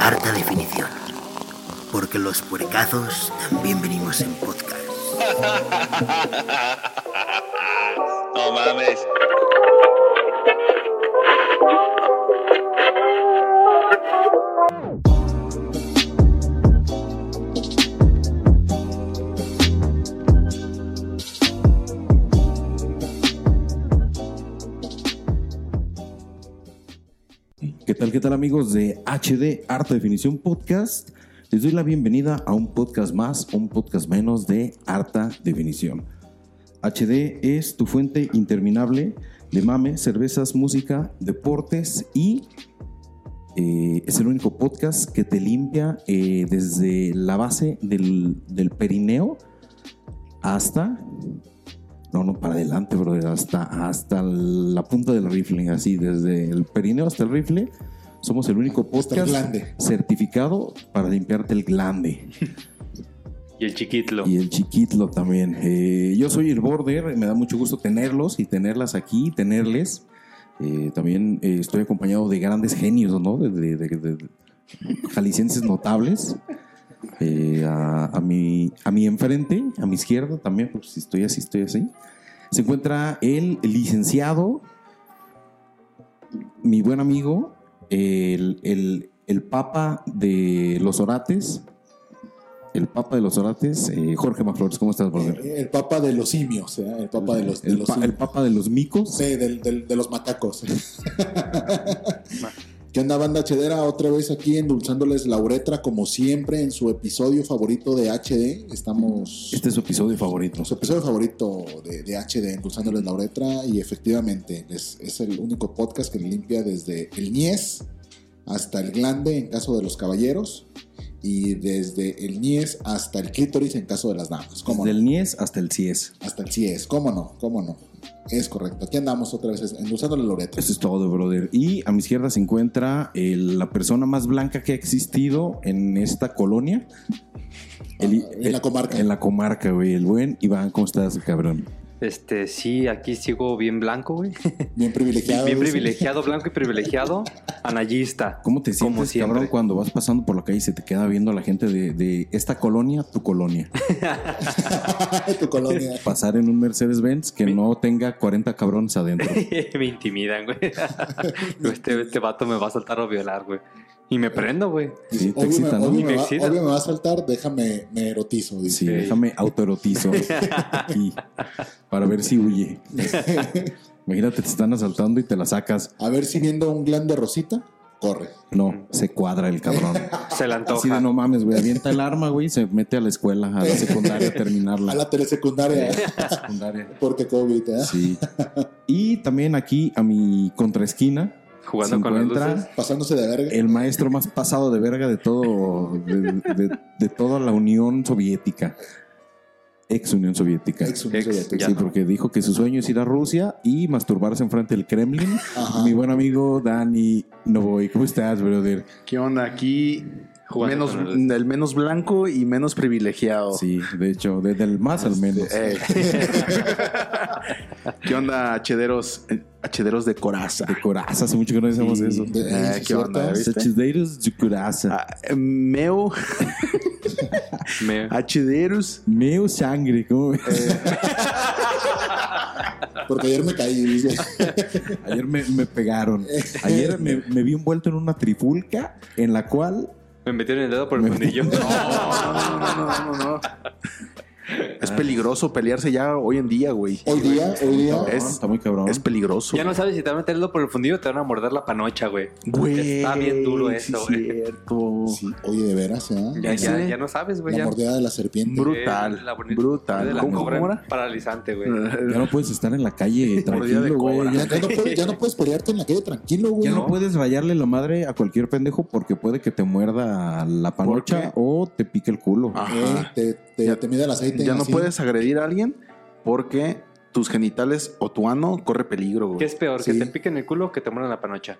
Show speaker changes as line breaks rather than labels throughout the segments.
harta definición. Porque los puercazos también venimos en podcast.
No mames.
¿Qué tal, qué tal amigos de HD Arte Definición Podcast? Les doy la bienvenida a un podcast más, un podcast menos de Harta Definición. HD es tu fuente interminable de mame, cervezas, música, deportes y eh, es el único podcast que te limpia eh, desde la base del, del perineo hasta... No, no, para adelante, brother, hasta, hasta la punta del rifle, así, desde el perineo hasta el rifle. Somos el único
Hasta el
podcast
glande.
certificado para limpiarte el glande.
Y el chiquitlo.
Y el chiquitlo también. Eh, yo soy el Border, me da mucho gusto tenerlos y tenerlas aquí, tenerles. Eh, también eh, estoy acompañado de grandes genios, ¿no? De, de- de- de- de jaliscienses notables. Eh, a, a mi, a mi enfrente, a mi izquierda también, porque si estoy así, estoy así. Se encuentra el licenciado, mi buen amigo, el, el- el papa de los orates, el papa de los orates, eh, Jorge Maflores. ¿Cómo estás, brother?
El papa de los simios, ¿eh? el papa de los, de
el,
los
pa-
simios.
el papa de los micos.
Sí, del- del- de los macacos. ¿Qué onda, banda Hedera? Otra vez aquí endulzándoles la uretra, como siempre, en su episodio favorito de HD. Estamos.
Este es su episodio favorito.
Su episodio favorito de, de HD, endulzándoles la uretra. Y efectivamente, es, es el único podcast que limpia desde el Nies hasta el glande, en caso de los caballeros. Y desde el Nies hasta el clítoris, en caso de las damas. ¿Cómo no?
Del Nies hasta el Cies.
Hasta el sí es, cómo no, cómo no. Es correcto. Aquí andamos otra vez endulzando la Loreto.
Eso es todo, brother. Y a mi izquierda se encuentra el- la persona más blanca que ha existido en esta colonia. El-
Ah,
eh,
en la comarca.
En la comarca, güey. El buen Iván, ¿cómo estás, cabrón?
Este, sí, aquí sigo bien blanco, güey.
Bien privilegiado.
Bien
dice.
privilegiado, blanco y privilegiado. Anallista.
¿Cómo te
Como
sientes,
siempre.
cabrón, cuando vas pasando por la calle y se te queda viendo la gente de, de esta colonia, tu colonia?
tu colonia.
Pasar en un Mercedes-Benz que no tenga 40 cabrones adentro.
me intimidan, güey. este, este vato me va a saltar o violar, güey. Y me prendo, güey.
Sí, te
obvio,
excita,
me,
¿no?
obvio
Y
me
me
va,
excita.
obvio me va a saltar, déjame, me erotizo. Dice.
Sí, déjame autoerotizo aquí para ver si huye. Imagínate, te están asaltando y te la sacas.
A ver si viendo un glan de Rosita, corre.
No, se cuadra el cabrón.
Se le
Así de
antoja.
no mames, güey. Avienta el arma, güey, y se mete a la escuela, a la secundaria, a
A
terminarla.
la telesecundaria,
secundaria.
porque COVID, ¿eh?
Sí. Y también aquí a mi contraesquina se
Jugando con las luces.
encuentra
Pasándose de verga.
el maestro más pasado de verga de todo, de, de- de toda la Unión Soviética. Ex Unión Soviética.
Ex Unión
ex,
Soviética.
ya.
Sí,
no.
porque dijo que su sueño es ir a Rusia y masturbarse enfrente del Kremlin.
Ajá.
Mi buen amigo Dani Novoy, ¿cómo estás, brother?
¿Qué onda? Aquí
Jugando
menos,
con el-
el menos blanco y menos privilegiado.
Sí, de hecho, desde el más al menos.
Oh. Eh. ¿Qué onda, hederos? Hederos de coraza.
De coraza, hace mucho que no decíamos
Sí.
eso.
De-
Eh,
eh,
¿qué
¿cierto?
onda, eh? ¿viste?
Sachideiros de coraza.
Ah, Meu
Me-
hederos.
Meu sangre, ¿cómo ves?
Eh.
Porque ayer me caí. Dice.
Ayer me, me pegaron. Ayer me, me vi envuelto en una trifulca en la cual
me metieron el dedo por el
Me-
fundillo.
No, no, no, no, no, no. Es peligroso pelearse ya hoy en día, güey.
Hoy día, hoy día.
Cabrón,
Es-
está muy cabrón.
Es peligroso.
Ya no sabes si te van a meter el dedo por el fundillo o te van a morder la panocha, güey.
Güey,
Está bien duro
sí
eso,
es
güey.
cierto.
Sí, oye, de veras, ¿eh?
Ya, ya,
Sí.
ya no sabes, güey.
La
Pues ya.
mordida de la serpiente.
Bru-
Eh,
Brutal,
la bonita-
brutal.
de la
¿Cómo-
cobra
cómo era? Ah.
Paralizante, güey.
Ya no puedes estar en la calle
Mordida de
tranquilo, güey.
cobra.
Ya-
Ya, ya no puedes, ya no puedes pelearte en la calle tranquilo, güey.
Ya no puedes rayarle la madre a cualquier pendejo porque puede que te muerda la panocha
qué?
o te pique el culo.
Ah.
Eh,
Ajá.
te, te,
Ya-
te mide el aceite.
Ya no
así.
puedes agredir a alguien porque tus genitales o tu ano corre peligro,
¿Qué
güey.
es peor?
Sí.
¿Que te piquen el culo o que te mueran la panocha?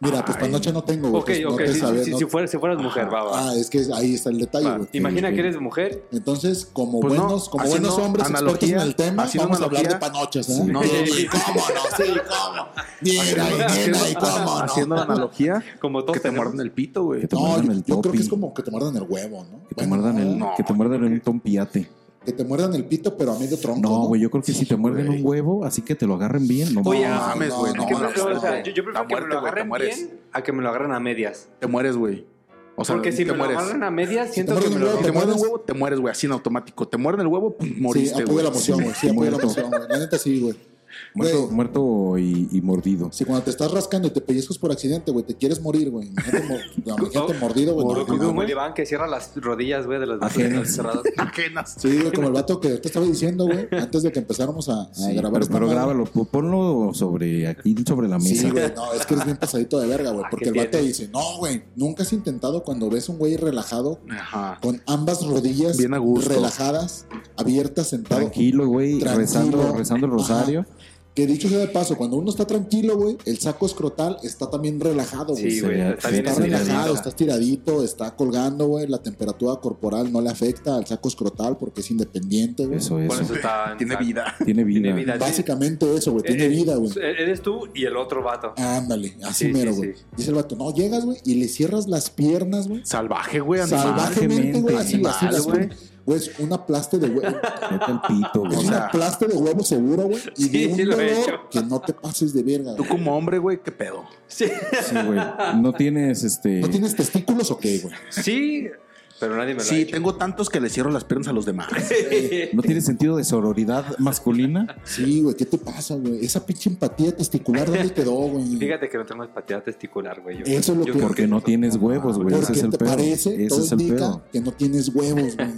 Mira, pues para noche no tengo, güey.
Ok,
pues, no
ok,
te
sí,
sabía,
sí,
no-
si, fueras, si fueras mujer, va, va.
Ah, es que ahí está el detalle,
Va.
güey.
Imagina que eres mujer.
Entonces, como
Pues no,
buenos, como
así
buenos
no,
hombres
analogía,
expertos en el tema,
así no
vamos a hablar de
analogía.
panochas, ¿eh?
Sí.
No, sí, cómo no, sí, cómo. Mira, y nena, y cómo no.
Haciendo la analogía,
Como todos
que te
tenemos.
muerden el pito, güey.
Que te
No,
muerdan
yo,
el
yo creo que
topi.
es como que te muerdan el huevo, ¿no?
Que te
Bueno,
muerdan, el,
no,
que te muerdan un tompiate.
Que te muerdan el pito, pero a medio tronco.
No,
No,
güey, yo creo que si te muerden un huevo, así que te lo agarren bien. No
Oye,
mames.
No mames, güey.
no,
No,
Es que
no,
prefiero-
no,
o sea,
no.
yo, yo prefiero que
La
me
muerte,
lo
güey, te
agarren
mueres.
bien a que me lo agarren a medias.
Te mueres, güey. O sea,
Porque si
te
me lo
mueres.
agarran a medias, siento que
muerden
me
un
lo
huevo,
Te
te
muerden el
mueres.
huevo, te mueres, güey, así en automático. Te muerden el huevo, pum,
sí,
moriste,
apoyo
güey.
la emoción, güey. Sí, apoyo la
Muerto.
emoción, güey. La neta sí, güey.
Muerto,
Güey,
muerto y, y mordido.
Si cuando te estás rascando y te pellizcas por accidente, güey, te quieres morir, güey. Imagínate, mo- imagínate mordido, güey.
Como,
no, no,
como
no.
el Iván que cierra las rodillas, güey, de las
Ajenas.
manos cerradas.
Ajenas.
Sí, güey, como el vato que te estaba diciendo, güey, antes de que empezáramos a, a
Sí,
grabar
pero,
esta
pero
madre.
grábalo, po- ponlo sobre aquí, sobre la mesa.
Sí, güey, no, es que eres bien pasadito de verga, güey.
Ah,
Porque
¿qué
el vato
tienes?
dice, no, güey, nunca has intentado cuando ves un güey relajado,
Ajá.
con ambas rodillas
Bien a gusto.
relajadas, abiertas, sentado.
Tranquilo, güey,
Tranquilo.
rezando, rezando el
Ajá.
rosario.
Que dicho sea de paso, cuando uno está tranquilo, güey, el saco escrotal está también relajado, güey.
Sí,
se
güey.
vea-
Está
se
bien
vea Sí,
Está
estiradita.
relajado, está tiradito, está colgando, güey. La temperatura corporal no le afecta al saco escrotal porque es independiente, güey.
Eso,
Por
eso.
eso está.
Tiene vida.
Tiene
Tiene
vida.
vida.
Básicamente eso, güey. Tiene
Eh,
vida, güey. Ah.
Eres tú y el otro vato.
Ándale, así
Sí,
mero,
sí,
güey.
sí.
Dice el vato, no, llegas, güey, y le cierras las piernas, güey.
Salvaje, güey, animal.
Salvajemente, güey, así,
animal,
así, las
güey.
piernas. Güey, es un aplaste de huevo.
Vete al pito,
Es
güey.
O
un
sea,
aplaste de huevo seguro, güey. Y de
Sí,
un
sí lo he
dolor
hecho.
que no te pases de verga,
Tú
güey.
como hombre, güey, qué pedo.
Sí.
Sí, güey. No tienes este.
¿No tienes testículos o qué, güey?
Sí, pero nadie me lo ha
Sí,
hecho.
tengo tantos que le cierro las piernas a los demás.
¿No tienes sentido de sororidad masculina?
Sí, güey, ¿qué te pasa, güey? Esa pinche empatía testicular, ¿dónde quedó, güey?
Fíjate que no tengo empatía testicular, güey. yo.
Eso es lo
Yo
que-
creo
Porque no tienes huevos, Pues, güey.
Porque
Ese es el
te
pedo.
parece,
Ese
todo
es el
indica
pedo.
que no tienes huevos, güey.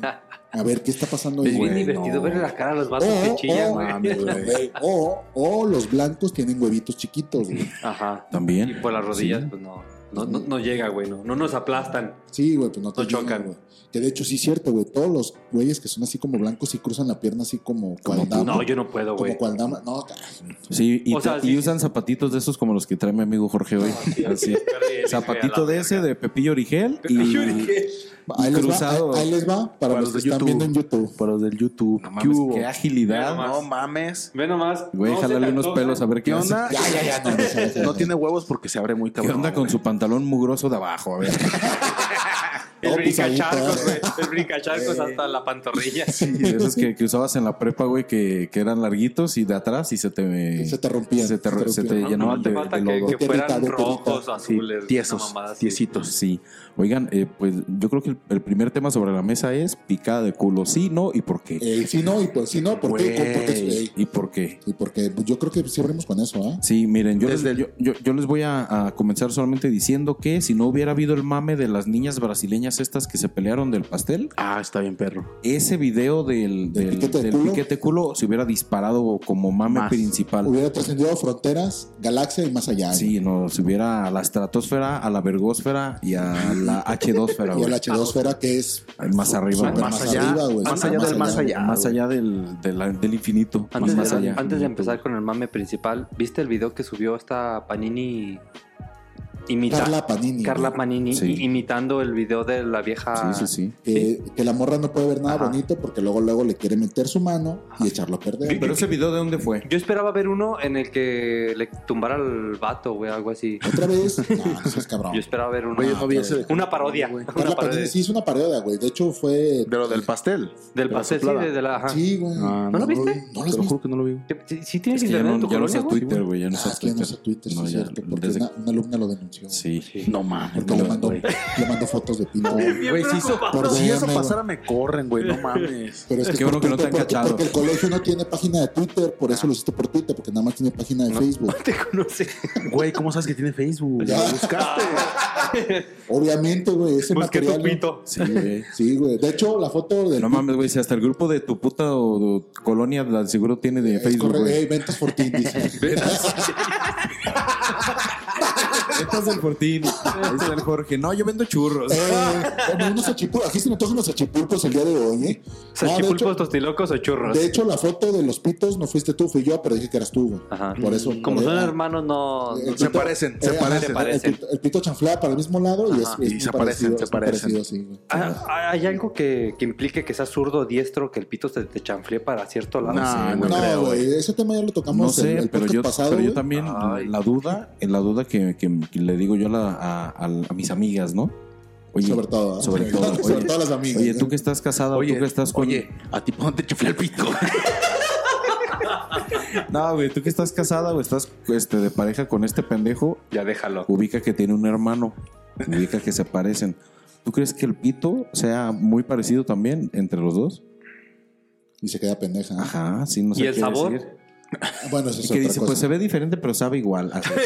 A ver, ¿qué está pasando ahí,
Es Pues bien
güey?
divertido
no.
ver la cara a los vatos
Eh,
O,
que chillan,
o,
güey.
Mames, güey.
güey, o, o los blancos tienen huevitos chiquitos, güey.
Ajá. Y
También.
por las rodillas,
Sí.
pues no. No, no, no llega, güey. No, no nos aplastan.
Sí, güey, pues no te
No chocan.
llegan, güey. Que de hecho sí es cierto, güey. Todos los güeyes que son así como blancos y cruzan la pierna así como cual dama.
No, yo no puedo,
como
güey.
cual dama. No, ca-
Sí, y,
O sea,
y
sí.
usan zapatitos de esos como los que trae mi amigo Jorge hoy. Así. Zapatito de ese de Pepillo Origel
Yo
y
dije,
ahí, les va,
cruzado.
ahí- ahí les va para, los que
Para los de
están
YouTube.
viendo en YouTube.
Para los del YouTube.
No
¿Qué
mames,
hubo?
qué agilidad.
Mira
No mames.
Ve nomás.
Güey,
no se
jálale
te
unos
antoja.
pelos a ver qué,
¿Qué
hace.
onda?
Ya, ya, ya, no, no, ya, ya,
No
ya.
tiene huevos porque se abre muy
¿Qué
cabrón.
onda con su pantalón mugroso de abajo? A ver.
El
Oh,
brincacharcos,
pisadita.
güey. El brincacharcos hasta la pantorrilla.
Sí, de esos que, que usabas en la prepa, güey, que, que eran larguitos y de atrás y se te...
Se te rompían,
Se te,
se te
se te
rompían.
llenaban
No, no te
de,
falta
de
que,
lodo.
que fueran
Tierrita, de
rojos,
tierrita.
azules.
Sí,
una
tiesos,
mamada así.
tiesitos.
Sí. Oigan, eh, pues yo creo que el, el primer tema sobre la mesa es picada de culo. Sí, no y por qué. Pues,
Eh, sí, no, y pues sí, no, porque,
Güey.
¿Y por qué?
Y porque pues, yo creo que sí abrimos con eso, ¿ah?
Sí, miren, yo, les,
Desde
yo, yo- yo les voy a, a comenzar solamente diciendo que si no hubiera habido el mame de las niñas brasileñas estas que se pelearon del pastel,
Ah, está bien, perro.
ese video del, del,
¿Del
del
piquete
piquete,
de culo?
culo se hubiera disparado como mame
Más.
principal.
Hubiera trascendido fronteras, galaxia y más allá.
Sí, no, se hubiera a la estratosfera, a la vergósfera y a la H2-fera,
güey. Y
güey.
a la H2 que es
Ay, Más arriba,
súper
güey.
más
más
allá,
arriba, güey.
más allá del más allá.
Más allá del, de la- del infinito.
Antes,
más
de,
allá.
antes de empezar con el mame principal, ¿viste el video que subió esta Panini imita, Carla,
Carla Panini. güey,
Panini
Sí.
i- imitando el video de la vieja?
Sí, sí, sí.
Que, que la morra no puede ver nada
Ajá.
bonito porque luego luego le quiere meter su mano y echarlo a perder.
Pero ese video, ¿de dónde fue?
Yo esperaba ver uno en el que le tumbara al vato, güey, algo así.
Otra vez, no, eso es cabrón.
Yo esperaba ver uno.
Güey, yo no vi ese.
Una parodia, güey. Una
Carla
parodia
Panini sí hizo una parodia, güey. De hecho, fue.
De lo del pastel.
del
de la
pastel, sí,
soplada.
de, de la. ajá.
Sí, güey.
Ah,
¿No lo
lo
viste?
vi. No
Te
lo
lo
viste.
juro que no lo vi.
Sí, sí tienes
Es que ya
internet
no, ya
en tu
no
colonia,
usas
güey.
Twitter, güey. Ya no
Ah,
usas
es que ya no
Twitter.
usa Twitter, sí
No,
es
ya,
cierto. Porque
desde-
una, una alumna lo denunció.
Sí.
No mames.
Porque
no,
le, mandó,
güey.
le mandó fotos de pito. güey.
Güey, si eso,
preocupado.
si eso
Perdóname,
pasara, me corren, güey. No mames.
Pero es que
Qué
es
bueno
por
que no te
Twitter,
han
porque-
cachado.
Porque el colegio no tiene página de Twitter, por eso lo hiciste por Twitter, porque nada más tiene página de Facebook.
Te conoce.
Güey, ¿cómo sabes que tiene Facebook?
Ya.
Lo buscaste.
Obviamente, güey, ese
Busqué tu
material. ¿no?
pito.
Sí, güey.
Sí, güey. De hecho, la foto del
No mames, güey, si hasta el grupo de tu puta o, o colonia la- seguro tiene de
Es Eh,
Facebook,
correcto,
güey.
eh, ventas Fortín, dice.
estás del Fortín. Está el Jorge. No, yo vendo churros.
Eh, bueno, unos achipulpos. Aquí se me antojan los achipulpos el día de hoy, ¿eh? Ah, de,
¿Sachipulpos,
hecho,
tostilocos o churros?
de hecho, la foto de los pitos no fuiste tú, fui yo, pero dije que eras tú. güey.
Ajá.
Por eso.
Como
por-
son
eh,
hermanos, no.
eh,
no-
el
Se
pito-
parecen, se
eh,
parecen.
el
parecen.
pito- El pito chanflea para el mismo lado y es,
Ajá.
es
Y
muy
se
parecido,
parecen, se
es muy
parecen.
parecido, sí, güey.
Ah, ¿Hay algo que, que implique que seas zurdo o diestro que el pito se te chanflee para cierto lado?
No,
Sí,
no,
No,
creo,
güey,
güey.
ese tema ya lo tocamos
No sé,
el, el
pero,
podcast
yo,
pasado.
pero yo
güey.
también,
Ay.
la duda, en la duda que, que- que le digo yo a, la- a- a- a mis amigas, ¿no? Oye,
sobre todo. ¿eh?
sobre todo, oye.
sobre todo las amigas.
oye,
¿eh?
tú que estás casada, tú que estás con...
oye, a ti ponte chufle el pito.
No, güey, tú que estás casada o estás este, de pareja con este pendejo,
Ya déjalo.
ubica que tiene un hermano, ubica que se parecen. ¿Tú crees que el pito sea muy parecido también entre los dos?
Y se queda pendeja. ¿eh?
Ajá, sí, no sé.
¿Y el
qué
sabor?
decir.
Bueno, eso
Y
es
que
otra
dice,
cosa.
pues se ve diferente, pero sabe igual. Así.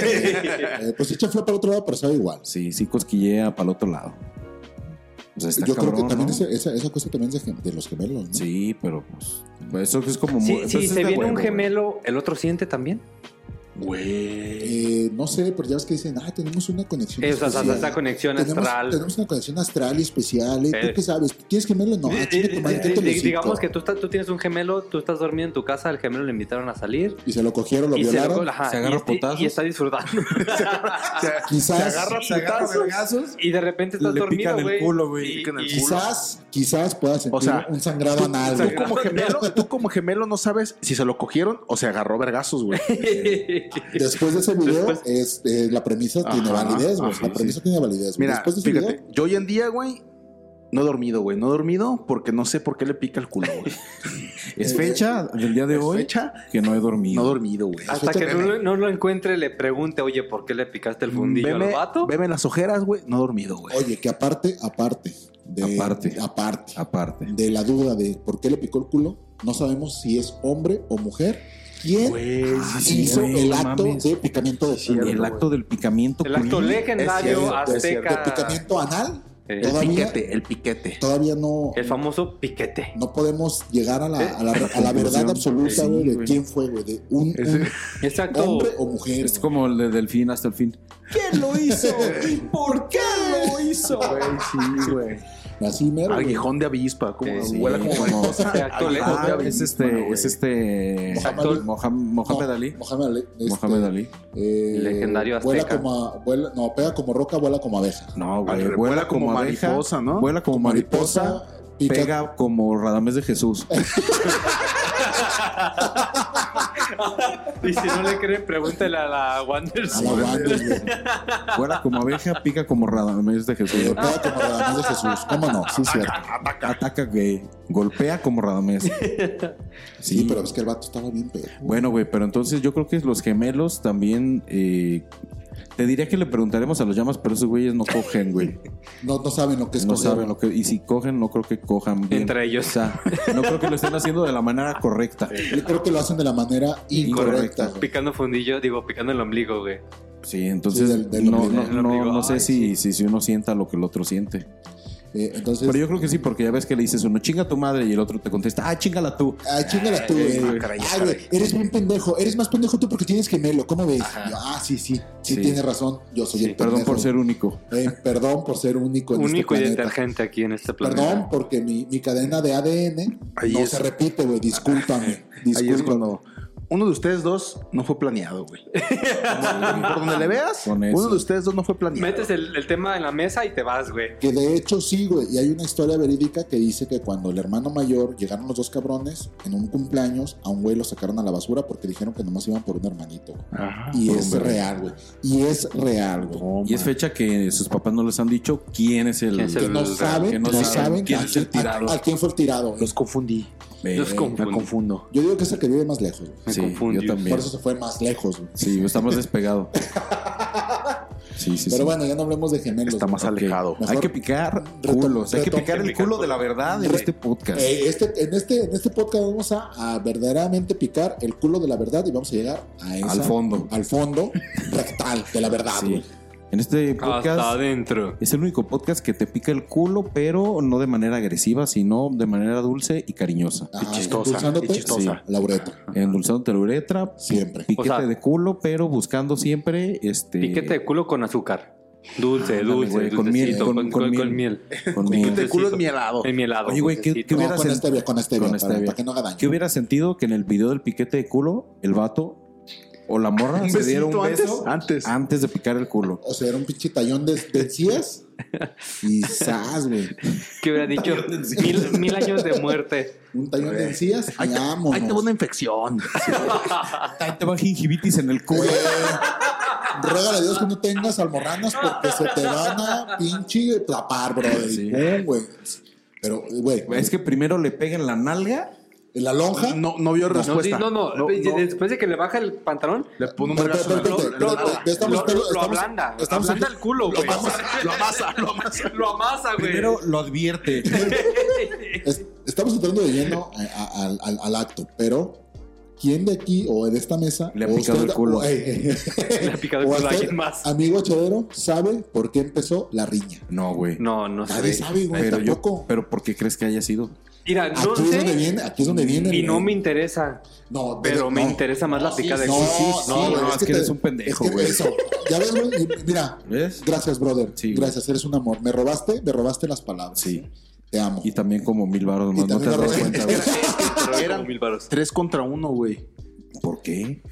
Eh, pues sí chanflea para otro lado, pero sabe igual.
sí, sí cosquillea para el otro lado. O sea, está
yo creo
cabrón,
que también
¿no?
ese- esa, esa cosa también es de, gem- de los gemelos, ¿no?
Sí, pero pues. Eso es como
Si
muy.
si
pues, es
se
de
viene
huevo,
un
güey.
gemelo, ¿el otro siente también?
Güey.
Eh, no sé, pero ya ves que dicen, ah, tenemos una conexión
Eh, o sea,
especial.
esa conexión
tenemos,
astral.
tenemos una conexión astral y especial. ¿eh?
Eh.
¿Tú qué sabes? ¿Tú ¿Tienes gemelos? No, ah,
Di-
chinga
di-
tu madre,
Eh, di-
cállate el
di-
hocico.
digamos que tú, estás, tú tienes un gemelo, tú estás dormido en tu casa, al gemelo le invitaron a salir.
Y se lo cogieron, lo
y se,
violaron.
lo- ajá,
Se agarra
y este-
putazos.
y está disfrutando.
Quizás,
se agarra vergazos. Y de repente estás
Le pican
dormido,
el
güey.
culo, güey,
Y-
le pican el
y-
quizás, quizás puedas sentir
O sea,
un sangrado anal.
Tú
güey.
como, gemelo, tú como gemelo no sabes si se lo cogieron o se agarró vergazos, güey.
Después de ese video,
Después-
es, eh, la premisa
Ajá,
tiene validez, güey.
ajá,
La premisa
sí.
tiene validez. güey.
Mira,
Después de ese
fíjate,
video,
yo hoy en día, güey, no he dormido, güey. No he dormido porque no sé por qué le pica el culo, güey.
Es fecha del día de
¿Es
hoy
fecha?
que no he dormido.
No he dormido, güey.
Hasta que no, lo- no lo encuentre, le pregunte, oye, ¿por qué le picaste
Mm,
el fundillo al
Veme,
vato?
veme las ojeras, güey. No he dormido, güey.
oye, que aparte, aparte. De,
Aparte.
Aparte.
Aparte.
de la duda de por qué le picó el culo, no sabemos si es hombre o mujer. ¿Quién
Güey,
Ah,
sí, sí,
hizo
güey,
el
no
acto
mames.
de picamiento de
Sí,
culo?
el acto del picamiento.
el acto
culín.
legendario
Es cierto,
es cierto.
azteca.
¿De picamiento anal?
Eh,
El
Todavía-
piquete, el piquete.
Todavía no,
El famoso piquete.
no podemos llegar a la, a la, a la verdad absoluta,
Sí,
güey, de
güey.
quién fue, güey, de un, un
Ese acto
hombre o mujer.
Es
güey.
como el de Delfín hasta el fin. ¿Quién lo hizo? ¿Y por qué lo hizo?
Güey, sí, güey.
Así mero. güey.
Aguijón de avispa, como
Sí,
huele Eh, como
como-
mariposa.
Ese acto
Aguijón
legal.
Ah,
de
es
avispa,
este,
güey.
es este
Actor.
Moham-
No,
Mohamed Ali.
Mohamed Ali. este,
Mohamed Ali.
eh,
Legendario
Vuela
azteca.
como, a- vuela- no, pega como roca, vuela como abeja.
No,
Al
güey.
revés,
Vuela como
mariposa,
mariposa,
¿no?
¿no? Vuela como mariposa.
pica-
Pega como Radames de Jesús.
Y si no le creen, pregúntele a la
a
Wanderers.
la banda, güey.
Vuela como abeja, pica como Radames de
Eh,
Jesús.
pega como Radamés de Jesús. ¿Cómo no? Sí, cierto.
Ataca gay. Golpea como Radames.
Sí, pero es que el vato estaba bien pedo.
Bueno, güey, pero entonces yo creo que los gemelos también. eh, te diría que le preguntaremos a los llamas, pero esos güeyes no cogen, güey.
No, no saben lo que es
No
coger.
saben lo que. Y si cogen, no creo que cojan bien.
Entre ellos.
O sea, no creo que lo estén haciendo de la manera correcta.
Yo creo que lo hacen de la manera
Incorrecta.
incorrecta. güey.
Picando fundillo, digo, picando el ombligo, güey.
Sí, entonces
Sí, del- del
no,
ombligo.
no,
Del ombligo.
no- no sé
Ay,
si, si, si uno sienta lo que el otro siente.
Eh, entonces,
Pero yo creo que sí, porque ya ves que le dices uno, chinga a tu madre, y el otro te contesta, ah, chingala tú.
ah, chingala tú,
Ay,
güey.
caray,
Ay, güey,
caray.
eres bien pendejo. Eres más pendejo tú porque tienes gemelo. ¿Cómo ves? Yo, ah, sí, sí, sí.
Sí.
tienes razón. Yo soy el
Perdón
pendejo.
por ser único.
Eh, perdón por ser único en
Único
este
y
planeta.
detergente aquí en este planeta.
Perdón porque mi, mi cadena de ADN
Ahí
no
es.
se repite, güey. Discúlpame.
Ahí es
Discúlpame.
cuando uno de ustedes dos no fue planeado, güey. Por donde le veas,
Con eso.
uno de ustedes dos no fue planeado.
Metes el, el tema en la mesa y te vas, güey.
Que de hecho sí, güey. Y hay una historia verídica que dice que cuando el hermano mayor llegaron los dos cabrones en un cumpleaños, a un güey lo sacaron a la basura porque dijeron que nomás iban por un hermanito. güey.
Ajá.
Y
por
es
un bebé.
real, güey. Y es real, güey.
No,
Y es
man.
fecha que sus papás no les han dicho quién es el.
¿Quién es
Que
el-
no saben,
que no
no, saben,
saben quién
a,
es el
quién- a-
tirado.
a quién fue el tirado. güey.
Los confundí.
Eh,
Los
Me
confundo.
confundo.
Yo digo que es el que vive más lejos, güey.
Me
sí,
confundió.
yo también.
Por eso se fue más lejos, güey.
Sí, está más despegado. Sí, sí, sí.
Pero bueno, ya no hablemos de gemelos.
Está
güey.
más alejado.
Mejor-
hay que picar
Retom-
culos. Hay que
retom-
picar el
picar
culo
culo.
de la verdad en
Re-
este podcast.
Eh, este, en, este, en este podcast vamos a, a verdaderamente picar el culo de la verdad y vamos a llegar a esa,
Al fondo.
Al fondo rectal de la verdad,
Sí.
güey.
En este podcast
Hasta adentro.
es el único podcast que te pica el culo, pero no de manera agresiva, sino de manera dulce y cariñosa.
Ajá,
chistosa,
endulzándote
y chistosa.
la uretra.
Endulzándote la uretra,
Siempre.
piquete
O sea-
de culo, pero buscando siempre este
Piquete de culo con azúcar. Dulce,
Ándale,
dulce,
güey, con
dulcecito,
miel, con-
con,
con
con-
miel.
con miel.
con
Y
miel.
te culo es mielado.
El mielado.
Oye, güey, ¿qué-
dulcecito.
qué
No,
hubiera
con
sent-
stevia, con
con
stevia, para,
stevia.
para que no haga daño.
¿Qué hubiera sentido que en el video del piquete de culo el vato o la morra
Un
se diera un
besito antes.
beso
Antes.
antes de picar el culo?
O sea, era un pinche tallón de, de encías y sas, güey.
¿Qué hubiera dicho? mil, mil años de muerte.
Un tallón de encías y
Ahí te-
vámonos.
ahí te va una infección.
Ahí te va gingivitis en el culo.
Güey, Régale a Dios que no tengas almorranas porque se te van a pinche tapar, bro. Y
Sí.
pum, güey. Pero, güey,
Güey, Es que primero le peguen la nalga.
en la lonja.
No, no vio
No, sí,
respuesta.
no, no,
no.
Después de que le baja el pantalón,
Le pone un
Pero,
vergazo en
pero,
la-
pero,
lo-
pero,
lo-
pero, estamos-
lo,
pero
lo
estamos-
ablanda.
estamos
ablanda
aquí-
el culo, güey.
lo amasa,
Lo amasa, lo amasa.
Lo amasa, güey.
Primero lo advierte.
Es- estamos entrando de lleno a- a- al- al- al acto, pero ¿quién de aquí o de esta mesa
Le ha
o
picado el culo.
o- ey, ey, ey.
Le ha picado el
O
culo a
usted,
alguien más.
Amigo Echadero, ¿sabe por qué empezó la riña?
No, güey.
No, no sé.
Nadie sabe, güey,
pero yo,
tampoco.
pero ¿por qué crees que haya sido?
Mira, no
aquí es donde
sé.
viene, aquí es donde viene.
Y
el-
no me interesa.
No, de-
Pero me
no.
interesa más la pica de
No,
culo.
sí, güey,
no, es que
te-
eres un pendejo,
es que
güey.
eso. Ya ves, güey, y mira,
¿Ves?
gracias, brother.
Sí, güey.
gracias, eres un amor. Me robaste, me robaste las palabras.
Sí.
Te amo.
Y también como mil baros
Y
más. No te
también
has dado
barros.
cuenta, güey.
Como mil varos.
Tres contra uno, güey.
¿Por qué?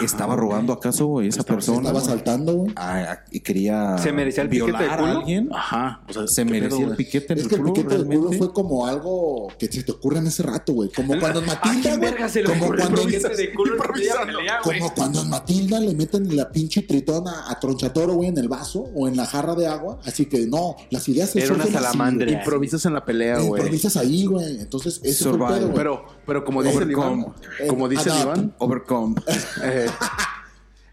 ¿Estaba robando acaso esa persona?
Estaba saltando, güey.
Ah, ah, y quería
¿Se merecía el piquete de
violar a
culo?
alguien.
Ajá. O sea,
Ah, ¿Se
¿qué
merecía
pedo,
el
güey?
piquete en
Es
el
que el
culo,
piquete del culo
realmente?
fue como algo que se te ocurre en ese rato, güey. Como cuando en
¿A
Matilda,
quién
güey.
verga se le
Como
ocurre el
cuando,
piquete de culo en aquella pelea, güey?
como cuando en Matilda le meten la pinche tritona a tronchatoro, güey, en el vaso o en la jarra de agua. Así que no, las ideas se
Era una
surgen así,
salamandra.
güey.
Improvisas en la pelea,
Eh,
güey.
Improvisas ahí, güey. Entonces, eso fue el
Survival.
pedo, güey.
Pero, pero como dice el Iván,
Eh,
como dice el
adapt-
Iván,
Overcome.
eh,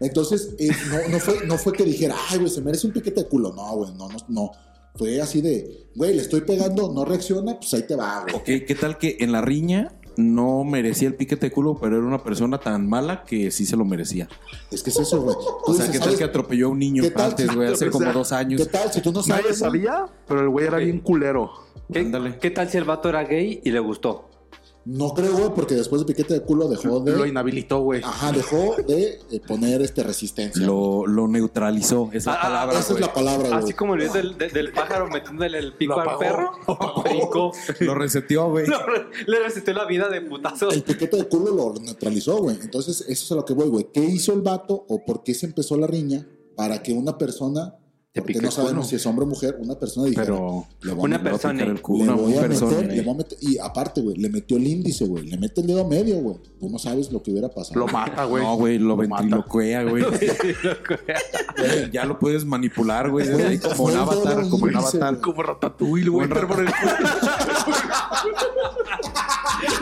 Entonces, eh, no, no, fue, no fue que dijera, ay, güey, se merece un piquete de culo. No, güey, no, no, no. Fue así de, güey, le estoy pegando, no reacciona, pues ahí te va, güey.
Ok, ¿qué tal que en la riña no merecía el piquete de culo, pero era una persona tan mala que sí se lo merecía?
Es que es eso, güey.
O sea, ¿qué tal que atropelló a un niño
¿Qué tal?
antes, güey? Hace
O sea,
como dos
¿Qué
años.
tal? Si tú no
nadie
sabes. güey,
sabía, pero el güey era
Ok.
bien culero.
¿Qué,
Ándale.
qué tal si el vato era gay y le gustó?
No creo, güey, porque después de piquete de culo dejó
Lo
de.
inhabilitó, güey.
Ajá, dejó de eh, poner este resistencia.
Lo, lo neutralizó, es la
Ah, ah,
palabra,
Esa es
güey.
la palabra, güey.
Así como el video del, de- del pájaro metiéndole el pico
Lo
al
apagó.
perro, brincó.
Lo reseteó, güey.
Lo- Le reseté la vida de putazo.
El piquete de culo lo neutralizó, güey. Entonces, eso es a lo que voy, güey. ¿Qué hizo el vato o por qué se empezó la riña para que una persona,
Te
porque
pica
no
el culo.
sabemos si es hombre o mujer, una persona dijera,
Pero
le voy a
Una
meter-
persona,
picar
eh.
el
le
culo. Una
voy a
persona. ¿eh?
meter, le voy a meter- Y aparte, güey, le metió el índice, güey. Le mete el dedo medio, güey. Tú no sabes lo que hubiera pasado.
Lo mata, güey.
No, güey, lo
mata.
ventriloquea, güey. ya lo puedes manipular, güey. desde ahí, Como un
Fue el dedo
avatar, como un
índice,
avatar.
güey.
Como ratatouille, güey.
Buen
entra por el culo.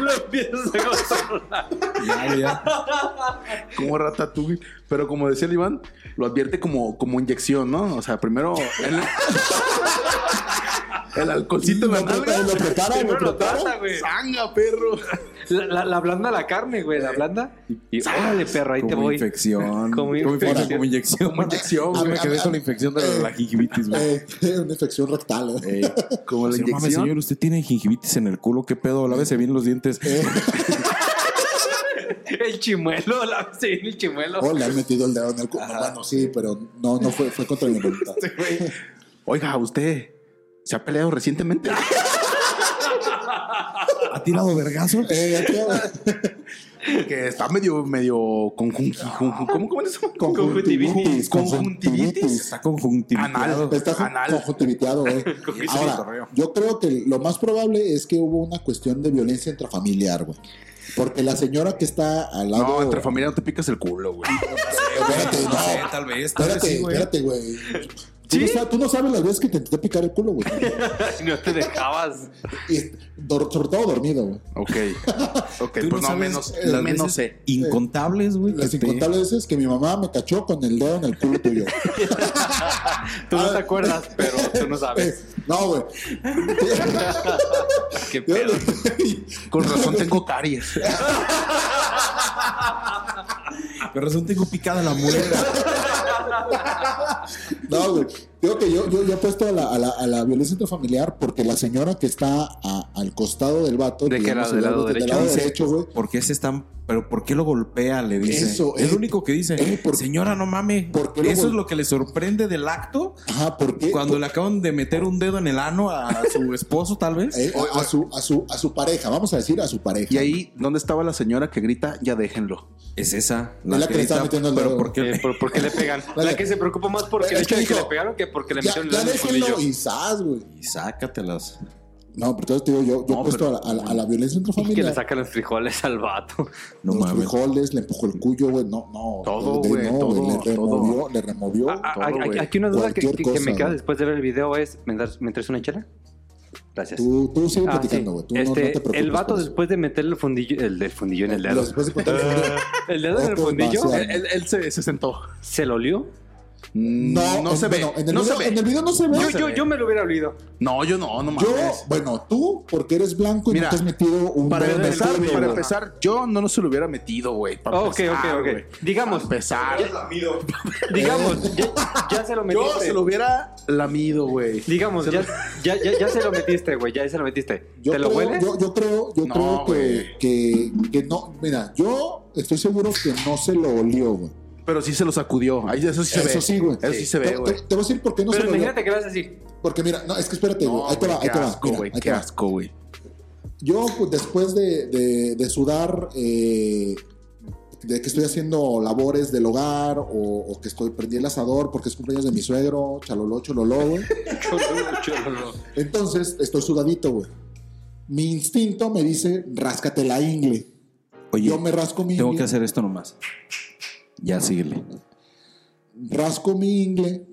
Lo empiezas a controlar.
Ya, güey, ya.
Como ratatouille. Pero como decía el Iván, lo advierte como, como inyección, ¿no? O sea, primero el, el alcoholcito en la
Lo prepara,
nalga.
lo prepara, lo
Primero lo
prepara.
trata, güey.
Sanga, perro.
La, la, la blanda la carne, güey, la blanda. Y órale, perro, ahí te
Como
voy.
infección.
Como infección.
Como inyección. Como
inyección,
Me
güey.
quedé con la infección de la, la gingivitis, güey.
Eh, una infección rectal, güey.
Eh,
Como la
sí, no mames,
inyección.
señor, usted tiene gingivitis en el culo, qué pedo, lávese bien los dientes.
El chimuelo, la, sí, el chimuelo.
O le han metido el dedo en el culo. No, bueno, sí, pero no, no fue, fue contra mi voluntad.
Oiga, usted se ha peleado recientemente.
¿Ha tirado vergazo?
Eh, aquí, güey.
que está medio, medio conjun- conjun- ¿Cómo, cómo es eso?
Conjuntivitis.
Conjuntivitis.
Está conjuntivitado.
Anal.
Está con-
Anal.
conjuntiviteado, güey. Ahora, yo creo que lo más probable es que hubo una cuestión de violencia intrafamiliar, güey. Porque la señora que está al lado.
No, entre familia no te picas el culo, güey.
Espérate, no.
No sé, tal vez, tal vez
Espérate,
sí, güey.
espérate, güey. Tú,
¿Sí?
no sabes, tú no sabes las veces que te intenté picar el culo, güey.
No te dejabas.
Y dor- sobre todo dormido, güey.
Ok. Ok,
Tú
pues no,
sabes
menos,
las
menos eh,
veces
sé.
Incontables, güey.
Las
que te-
incontables veces que mi mamá me cachó con el dedo en el culo tuyo.
Tú no te acuerdas, pero tú no
Ah. Eh,
sabes.
no, güey.
Qué
Yo-
pedo.
Con razón tengo caries.
Con razón tengo picada la muela.
No, güey. Digo que yo, yo, yo apuesto a la, a, la, a la violencia intrafamiliar porque la señora que está a- al costado del vato.
¿De
que
qué
ya no
lado?
se
¿Del
da,
lado
güey,
derecho?
lado derecho, güey.
¿Por qué se están.? ¿Pero por qué lo golpea? Le dice.
Eso,
es
eh,
lo único que dice.
eh, por-
Señora, no mames.
¿Por qué lo
Eso
gol-
es lo que le sorprende del acto.
Ajá, ¿por qué?
Cuando le acaban de meter un dedo en el ano a su esposo, tal vez.
Eh, a, a su, a, su, a su pareja, vamos a decir a su pareja.
Y ahí, ¿dónde estaba la señora que grita, ya déjenlo?
Es esa.
Es la que le
grita,
estaba metiendo el
Pero
dedo.
¿por qué?
Eh, ¿por, por qué le pegan?
Vale.
La que se preocupa más por
Es
el hecho
que
de que
dijo,
le pegaron que porque le
ya,
metieron
ya
el
déjenlo
cuchillo.
y zas, güey.
Y sácatelas.
No, pero entonces te digo, yo, yo
No,
apuesto
pero-
a, la, a la- a la violencia
Y que le
intrafamiliar.
saca los frijoles al vato.
No
los
mames.
frijoles, le empujó el cuyo, güey. No, no.
Todo,
de- de-
güey,
no,
todo,
Le removió, le removió.
A- a-
todo,
a-
güey.
aquí una duda que,
Cualquier
que- que me
cosa,
queda
güey.
después de ver el video es, ¿me, das- me traes una chela? Gracias.
Tú, tú sigue
Ah,
platicando,
sí.
güey. Tú no-
Este,
no, te preocupes.
el vato
por eso.
después de meterle el fundillo, el del fundillo en el dedo.
Después de contar el fundillo.
El dedo en el
Otro
fundillo eh,
vaso.
Él, él- él se, se sentó.
se lo olió.
Mm, No,
no
en-
se ve.
bueno, En el,
no
video,
se ve.
en el video no se ve.
Yo,
se
yo,
ve.
yo me lo hubiera olido.
No, yo no, no mames.
Yo, bueno, tú, porque eres blanco y
Mira,
no te has metido un
Para
dedo en el
empezar,
culo,
para
güey.
empezar, yo no se lo hubiera metido, güey. para
Ah, ok,
empezar,
ok, ok.
güey.
Digamos.
Para empezar.
Eh.
Digamos, ya, ya se lo
Yo
metiste.
se lo hubiera lamido, güey.
Digamos, ya, ya, ya, ya se lo metiste, güey. Ya se lo metiste.
Yo
¿Te lo
creo-
huele?
Yo, yo creo, yo
No,
creo que,
güey.
que, que no. Mira, yo estoy seguro que no se lo olió, güey.
Pero sí se lo sacudió. Ahí eso sí se ve.
Eso sí, güey.
Eso sí se
Te-
ve,
te-
güey.
Te, voy a decir por qué no
Pero
se lo olió.
imagínate que vas a decir.
Porque mira, no, es que espérate, güey.
No,
ahí te
güey,
va,
qué
ahé te va.
asco,
mira,
güey,
ahí
Qué
te va.
asco, güey.
Yo, pues, después de, de- de sudar, eh, de que estoy haciendo labores del hogar o, o que estoy prendí el asador porque es cumpleaños de mi suegro, chaloló, chololó, güey. Entonces, estoy sudadito, güey. Mi instinto me dice, ráscate la ingle.
Oye,
Yo me rasco mi
tengo
ingle.
que hacer esto nomás. Ya síguele.
rasco mi ingle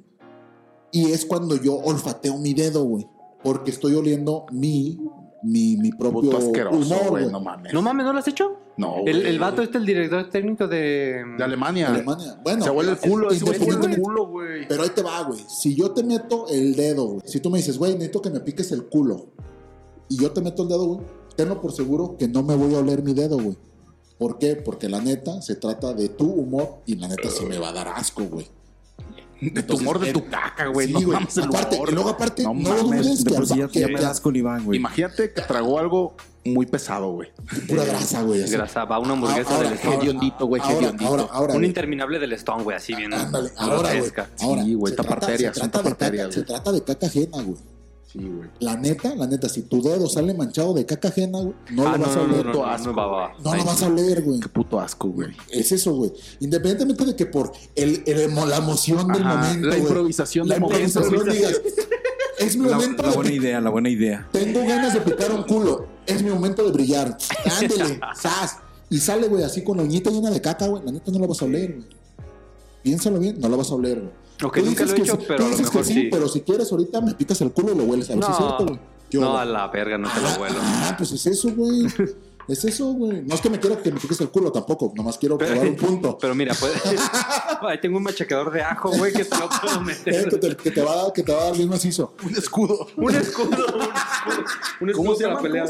y es cuando yo olfateo mi dedo, güey. Porque estoy oliendo mi, mi, mi propio
Puto asqueroso,
humor,
güey.
güey.
No mames.
No mames, ¿no lo has hecho?
No, güey.
El, el vato este, el director técnico de. mm,
De Alemania.
Alemania. Bueno,
se huele el culo, ese güey se huele el
independientemente-
culo, güey.
Pero ahí te va, güey. Si yo te meto el dedo, güey. Si tú me dices, güey, necesito que me piques el culo. Y yo te meto el dedo, güey. Tenlo por seguro que no me voy a oler mi dedo, güey. ¿Por qué? Porque la neta se trata de tu humor y la neta sí me va a dar asco, güey.
De tu humor de tu caca,
eh,
güey.
Sí,
no
güey.
mames el
Aparte,
olor.
y luego aparte,
No
no lo dudes
mames,
De
que,
por sí ya,
que-
ya me
que-
das con Iván, güey.
Imagínate que tragó algo muy pesado, güey.
pura grasa, güey. así.
Grasa, va una hamburguesa
Ah, Ahora,
del
ahora,
Stone.
Hediondito, güey,
ahora,
hediondito.
Ahora, ahora,
un
güey.
interminable del Stone, güey, así bien.
Ándale, ahora, güey.
grotesca.
Ahora,
Ah, Sí, güey,
se
tapa
trata- se
arterias, son
trata
tapa
de caca-
arterias,
Se
güey.
trata de caca ajena, güey.
Sí, güey.
La neta, la neta, si tu dedo sale manchado de caca ajena, güey, no
Ah,
lo
no, no,
vas a
no,
oler.
no,
No,
no, no, va, va, va.
lo vas a oler, güey.
Qué puto asco, güey.
Es eso, güey. Independientemente de que por el, el emo- la emoción del
Ajá,
momento,
la
güey,
improvisación
la
del momento.
improvisación, digas, es mi
La,
momento
la
de
buena
pi-
idea, la buena idea.
tengo ganas de picar un culo, es mi momento de brillar. Ándele, sas. Y sale, güey, así con la uñita llena de caca, güey. La neta no lo vas a oler, güey. Piénsalo bien, no lo vas a oler, güey.
Ok,
Tú
nunca lo
dices
he
que
hecho,
sí,
pero
tú
a lo
dices que
mejor sí.
Pero si quieres, ahorita me picas el culo y lo hueles. A ver si es cierto, güey. Yo,
No, a la verga, no te lo vuelo.
Ah, pues es eso, güey. Es eso, güey. No es que me quiera que me piques el culo tampoco. Nomás quiero probar un punto.
Pero mira, pues. Ahí tengo un machacador de ajo, güey, que te lo puedo
Eh,
meter.
que, te, que te va a dar, que te va a dar el mismo macizo.
Un escudo.
Un escudo, un escudo. Un escudo para pelear.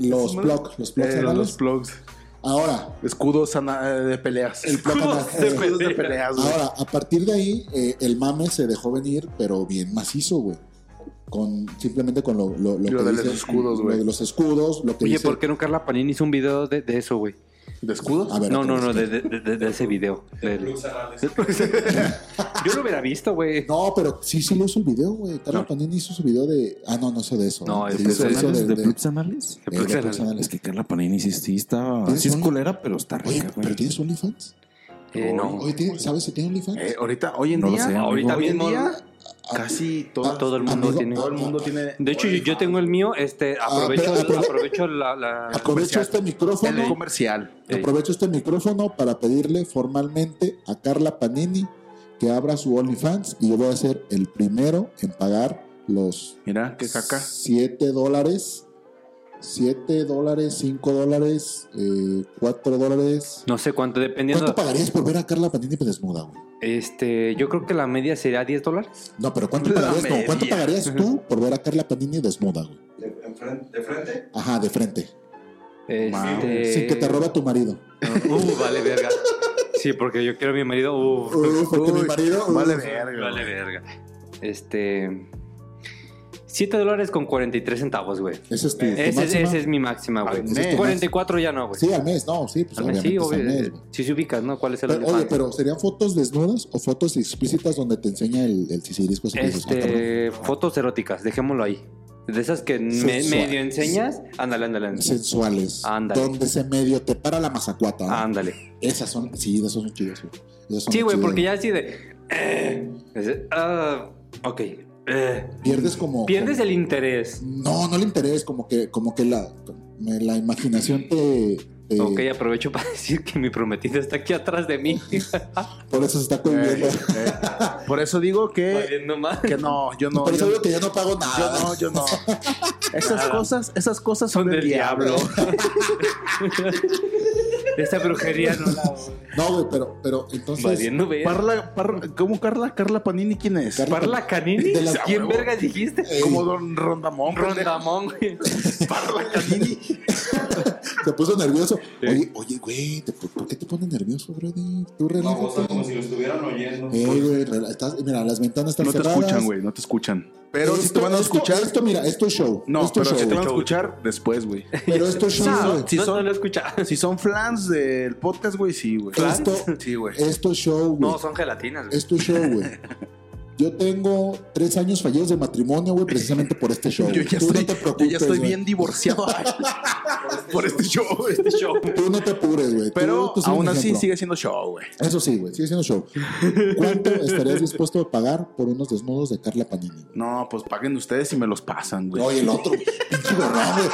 Los plugs, los plugs
Eh,
anales.
los plugs.
Ahora,
Escudos ana- eh, de peleas.
el plug
Escudos
anal.
de
Eh,
pelea.
Escudos de peleas, güey.
Ahora, a partir de ahí, eh, el mame se dejó venir, pero bien macizo, güey. Con, simplemente con lo, lo, lo que
Lo de los
dice-
escudos, güey.
Lo de los escudos, lo que
Oye,
dice-
¿por qué no Carla Panini hizo un video de, de eso, güey?
¿De escudos?
A ver,
No,
otra
no, no,
vez.
de, de- de- de ese video. Del- del- Yo lo hubiera visto, güey.
No, pero sí, sí lo hizo el video, güey. Carla
No.
Panini hizo su video de. Ah, no, no hizo de eso.
No,
Sí,
ese-
hizo-
ese-
hizo
¿Anales
de-
de
de-
Plugs Anales?
de- de
Plugs
Plugs
Anales.
Anales.
Es que Carla Panini sí, sí está.
¿Tienes
Sí es
un-
culera, pero está
Oye,
rica,
¿pero
güey.
tienes OnlyFans?
Eh, no.
Oye, ¿tiene- ¿sabes si tiene OnlyFans?
Eh, ahorita, hoy en
No lo
día,
sé, amigo.
ahorita
Hoy en
mismo,
día,
casi
Ah,
todo,
todo el mundo tiene-
todo el mundo tiene.
De hecho, yo, yo tengo el mío, este, aprovecho,
pero- pero-
aprovecho la, la-
Aprovecho
comercial.
este
el
micrófono.
comercial.
Ey.
Aprovecho este micrófono para pedirle formalmente a Carla Panini que abra su OnlyFans y yo voy a ser el primero en pagar los
Mira, qué caca.
7 dólares, 7 dólares, 5 dólares, 4 dólares.
No sé cuánto, dependiendo.
¿Cuánto pagarías por ver a Carla Panini desnuda, güey?
Este, yo creo que la media sería 10 dólares.
No, pero ¿cuánto
La
pagarías, no, ¿cuánto
media.
pagarías tú por ver a Carla Panini desnuda, güey? ¿De, frente? Ajá, de frente.
Este...
Eh,
Sin que te roba tu marido.
Uh, vale, verga. Sí, porque yo quiero a mi marido. uf,
Uh, porque mi
Uy,
marido, uh,
Vale verga.
vale verga. Este. 7 dólares con 43 centavos, güey.
Ese es tu, tu
Esa es,
máxima.
esa es mi máxima, güey.
Al mes.
44 ya no, güey.
Sí, al mes, no, sí, pues
Al mes,
obviamente
sí,
es
obvio.
al mes, güey.
Si se ubicas, ¿no? ¿Cuál es el
Pero, oye,
elefante?
pero ¿serían fotos desnudas o fotos explícitas donde te enseña el, el sisirisco? Así que dices, ah, cabrón.
Este, fotos eróticas, dejémoslo ahí. De esas que me,
Sensual.
medio enseñas, ándale, ándale, ándale.
sensuales.
Ándale.
Donde se medio te para la mazacuata. ¿no?
Ándale.
Esas son, sí, esas son chidas, güey. Esas son
Sí, güey,
chidas.
porque ya así de. eh, es- ah, ok. eh.
Pierdes como.
Pierdes el interés.
No, no le interesa, como que, como que la, me- la imaginación te. te-
Ok, aprovecho para decir que mi prometida está aquí atrás de mí.
Por eso se está cohibiendo.
Eh, eh. Por eso digo que,
Valiendo más.
que no, yo no.
Por eso
yo,
digo que yo no pago
yo
nada.
no, yo no. Esas cosas, esas cosas
Son del diablo. De esa brujería no la.
No, güey, pero, pero entonces.
Valiendo ver.
Parla, Parla- ¿Cómo Carla? ¿Carla Panini quién es?
Carla-
Parla Canini.
De las-
¿Quién
Ah,
verga dijiste?
eh,
Como Don Rondamón. pendejo.
Rondamón, güey.
Parla Canini.
Se puso nervioso. Oye, oye, güey, te- ¿por, por qué te pones nervioso, brother? Tú relájate.
pues, lo estuvieran oyendo.
Eh, güey, rela- estás- mira, las ventanas están
No te
cerradas.
escuchan, güey, no te escuchan. Pero si
Esto-
te van a
esto-
escuchar.
Esto, mira, esto es show.
No,
esto es
pero
show.
si te van a escuchar después, güey.
Pero esto es show, güey.
Si
no,
son-
no lo escucha.
Si son flans del podcast, güey, sí, güey.
¿Flans?
Esto,
Sí, güey.
esto es show, güey.
No, son gelatinas, güey.
Es tu show, güey. Yo tengo tres años fallidos de matrimonio, güey, precisamente por este show.
Yo
güey.
ya
Tú
estoy,
no te
yo
preocupes.
ya estoy
güey.
bien divorciado ay, por este show, güey.
Tú no te apures, güey. Tú-
Pero
tú sigue
aún
mi
así
ejemplo.
sigue siendo show, güey.
Eso sí, güey, sigue siendo show. ¿Cuánto estarías dispuesto a pagar por unos desnudos de Carla Panini? güey?
No, pues paguen ustedes y me los pasan, güey.
Oye, el otro, pinche gorrón, güey.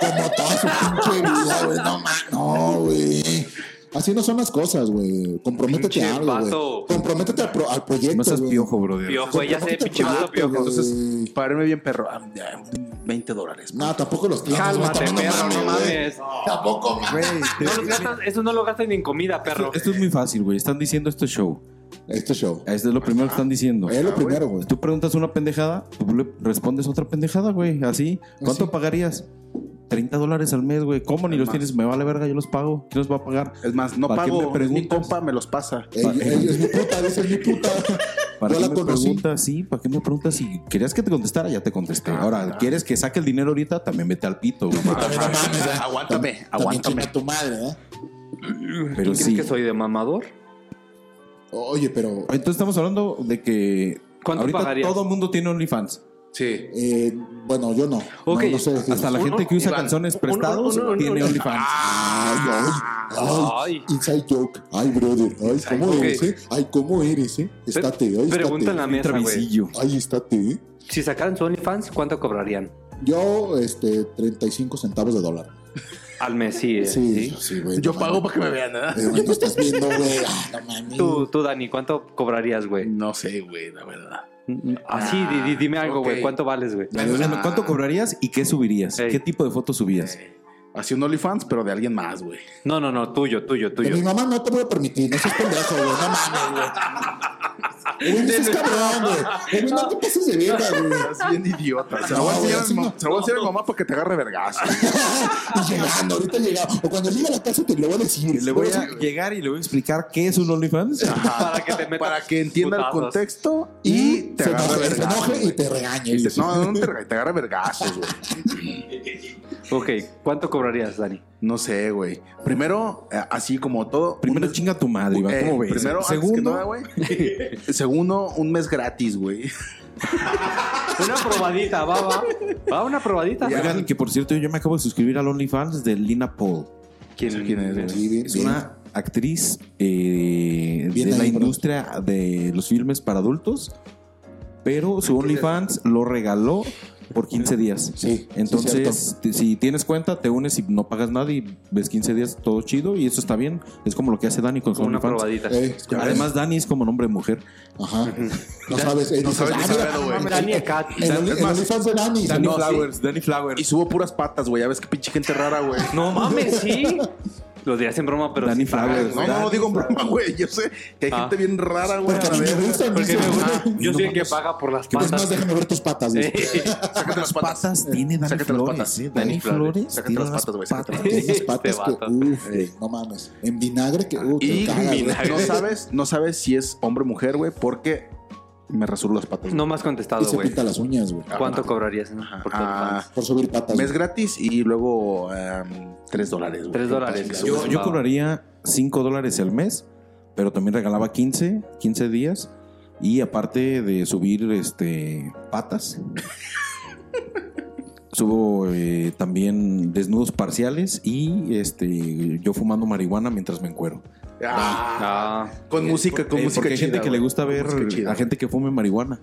Como toda su pinche vida, güey. No, ma- no, güey. Así no son las cosas, güey. Comprométete
Pinche
a algo,
vato.
güey. Comprométete al, pro- al proyecto,
No seas
güey.
piojo, brother.
Piojo, ya sé,
Comprométete al
pinche vato
proyecto,
piojo. Entonces,
güey.
Párenme bien, perro. Ah, ya, 20 dólares.
No, tampoco los tienes.
Cálmate, perro, no mames.
Tampoco mames.
No los gastas, eso no lo gastas ni en comida, perro.
Esto es muy fácil, güey. Están diciendo esto es show.
Este show.
Esto es
Pues
lo
ah.
primero que están diciendo.
Eh.
Es lo primero, güey.
Tú preguntas una pendejada, tú le respondes otra pendejada, güey. Así.
Pues
¿Cuánto
Así.
pagarías? 30 dólares al mes, güey. ¿Cómo ni los
Además.
tienes? Me vale verga, yo los pago. ¿Quién los va a pagar?
Eh,
Es más, no
¿Para qué me
pago. es Mi
preguntas?
compa me los pasa.
Ey, ey, es mi puta, dice es mi puta.
¿Para
Yo
qué
la
me
conocí.
preguntas? Sí, ¿para qué me preguntas? Si querías que te contestara, ya te contesté.
Ah,
Ahora, ¿quieres que saque el dinero ahorita? También vete al pito, güey.
También no mames, ¿eh?
Aguántame,
También
aguántame.
chinga tu madre, ¿eh?
Pero
¿Crees
sí.
que soy de mamador?
Oye, pero
Entonces estamos hablando de que
¿Cuánto
ahorita
pagarías?
todo el mundo tiene OnlyFans.
Sí.
eh, bueno, yo no.
Ok,
No, no sé. sí.
Hasta la
Un-
gente que usa
Iván,
canciones
un-
prestados
un- un- un-
tiene
un- Ah,
OnlyFans.
Ay, ay, ay,
Ay.
Inside joke. Ay, brother. Ay, ¿cómo
joke.
eres, eh? Ay, ¿cómo eres, eh? Estate, ay, estate.
Pregunta en la
Un
mesa, güey.
travisillo.
Ay, estate, eh.
Si sacaran su OnlyFans, ¿cuánto cobrarían?
Yo, este, 35 centavos de dólar.
Al mes, sí. eh,
Sí,
sí.
sí, güey.
Yo
no
pago
mames.
para que me vean, ¿eh?
Eh, güey, no estás viendo, güey. Ah, no mames.
Tú, tú, Dani, ¿cuánto cobrarías, güey?
No sé, güey, la verdad.
Así, di- di- dime algo, güey.
ok.
¿Cuánto vales, güey?
La verdad,
Ah.
¿Cuánto cobrarías y qué subirías?
Pues, Ey.
¿Qué tipo de fotos subías?
Así un OnlyFans, pero de alguien más, güey.
No, no, no, tuyo, tuyo,
De
tuyo.
mi mamá no te voy a permitir, no seas pendejo, güey. No mames, güey. Güey, no seas cabrón, güey. Güey, no te pases de verga, güey.
Estás bien idiota. Se lo voy a
No, güey,
enseñar a
así
mi ma-
no.
se lo voy a enseñar a mi mamá para que te agarre vergas.
Y llegando, ahorita llegando. O cuando llegue a la casa te lo voy a decir.
Le voy a llegar y le voy a explicar qué es un OnlyFans.
Para que te metas.
Para que entienda el
putazos.
contexto y te
se
agarre
enoje, se
vergas.
enoje y
güey.
te regañe.
Y te- No, no te rega- te agarra vergazos, güey.
Ok, ¿cuánto cobrarías, Dani?
No sé, güey. Primero, eh, así como todo.
Primero
un-
chinga tu madre, Iván.
Eh,
¿Cómo ves?
Primero, segundo,
Segundo,
güey. segundo, un mes gratis, güey.
Una probadita, va, va. Va, una probadita.
oigan, que por cierto, yo me acabo de suscribir al OnlyFans de Lina Paul.
¿Quién, quién es, güey?
Sí, bien,
Es
bien.
una actriz eh,
Bien
de la
ahí, bro.
industria de los filmes para adultos, pero su OnlyFans lo regaló por 15 días.
Sí,
Entonces, te- si tienes cuenta, te unes y no pagas nada y ves 15 días todo chido y eso está bien. Es como lo que hace Dani con su
Con una
OnlyFans.
probadita.
Eh, es como-
Además, Dani es como nombre de mujer.
Ajá. No sabes, eh,
No
dices,
sabes ni
ah,
saber,
mira,
güey.
Dani acá.
El Oli- el OnlyFans de Dani.
Dani
no, sí.
Flowers, Dani Flowers.
Y subo puras patas, güey. Ya ves qué pinche gente rara, güey.
No mames, sí. Lo dirías en broma, pero.
Dani
sí pagan,
Flowers,
güey.
No, no, no digo en broma, güey. Yo sé que hay
Ah.
gente bien rara, güey. a
Porque
la
a mí me
verga.
gustan,
Porque
dice. "Ah,
me gusta. Yo
No
soy el que
mames. Pues
paga por las
Es más,
patas.
déjame ver tus patas. dice.
Sácate las patas.
patas tiene Dani
Sácate las
Flores,
patas.
eh. Dani,
Dani Flores.
Flores.
Sácate
tiene
las
unas
patas, güey, sácate las
Tiene unas patas
Este
que,
vato.
uff, no mames. En vinagre que, uff,
Y
cagas, güey.
vinagre.
no sabes, no sabes si es hombre o mujer, güey, porque me rasuro las patas.
No me has contestado,
Y se
güey.
pinta las uñas, güey.
¿Cuánto cobrarías? no?
Ajá.
Por
Ah,
OnlyFans?
Por subir patas.
Mes
güey.
gratis y luego em, Tres dólares, güey.
Tres dólares.
Yo, yo
Va.
cobraría 5 dólares al mes, pero también regalaba 15, 15 días. Y aparte de subir este patas, subo eh, también desnudos parciales y este yo fumando marihuana mientras me encuero.
Ah,
Ah,
con música, con
Eh,
música
porque hay gente
chida,
que le
güey.
gusta
Con
ver
música chida.
a gente que fume marihuana.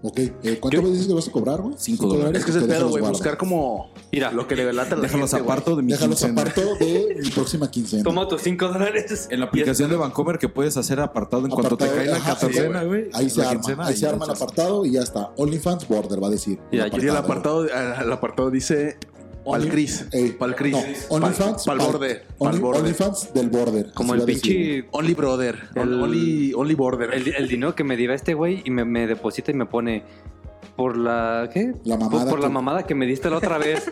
Ok, eh, ¿cuánto me dices que vas a cobrar, güey?
Cinco
Cinco
dólares.
Es que ese es
ok,
el pedo,
déjalos
güey.
guardo.
Buscar como
mira,
lo que le delata a la
Déjalos
gente, güey.
aparto de mi
Déjalos
quincena.
aparto de mi próxima quincena.
toma tus cinco dólares.
En la aplicación de Vancomer que puedes hacer apartado en cuanto te
Apartado,
cae la
ajá, sí,
catorcena,
güey.
güey.
Ahí se
la
arma,
quincena,
ahí se
ya
arma el
echas.
apartado y ya está. OnlyFans Border va a decir.
Ya,
El
yo
Y el
apartado,
apartado, al apartado dice pal
Only-
Cris,
Ey,
pal Cris,
no,
pal-
OnlyFans,
pal borde,
Only-
pal borde.
OnlyFans del border.
Como el
así va a decir, güey.
pinche.
Only brother,
El-
only, only border.
El, el dinero que me diga este güey y me, me deposita y me pone por la. ¿Qué? Pues
La mamada
Por, por la
que-
mamada que me diste la otra vez.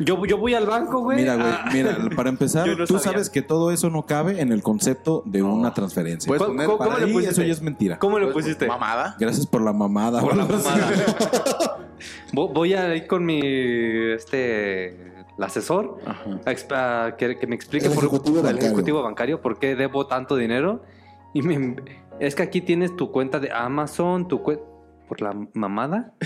yo, yo voy al banco, güey. Ah,
Mira, güey,
a-
mira, para empezar,
Yo no
tú
sabía.
sabes que todo eso no cabe en el concepto de una transferencia.
Puedes
¿Cómo-
poner
cómo-
para
cómo le
Ahí
pusiste?
eso ya es mentira.
¿Cómo lo
Puedes poner
pusiste?
Mamada.
Gracias por la mamada.
Por la
Ahora sí.
mamada. Vo- Voy a ir con mi este el asesor a exp- a que, que me explique
El
por
ejecutivo
el
bancario.
ejecutivo bancario por qué debo tanto dinero y me- es que aquí tienes tu cuenta de Amazon, tu cuenta por la mamada.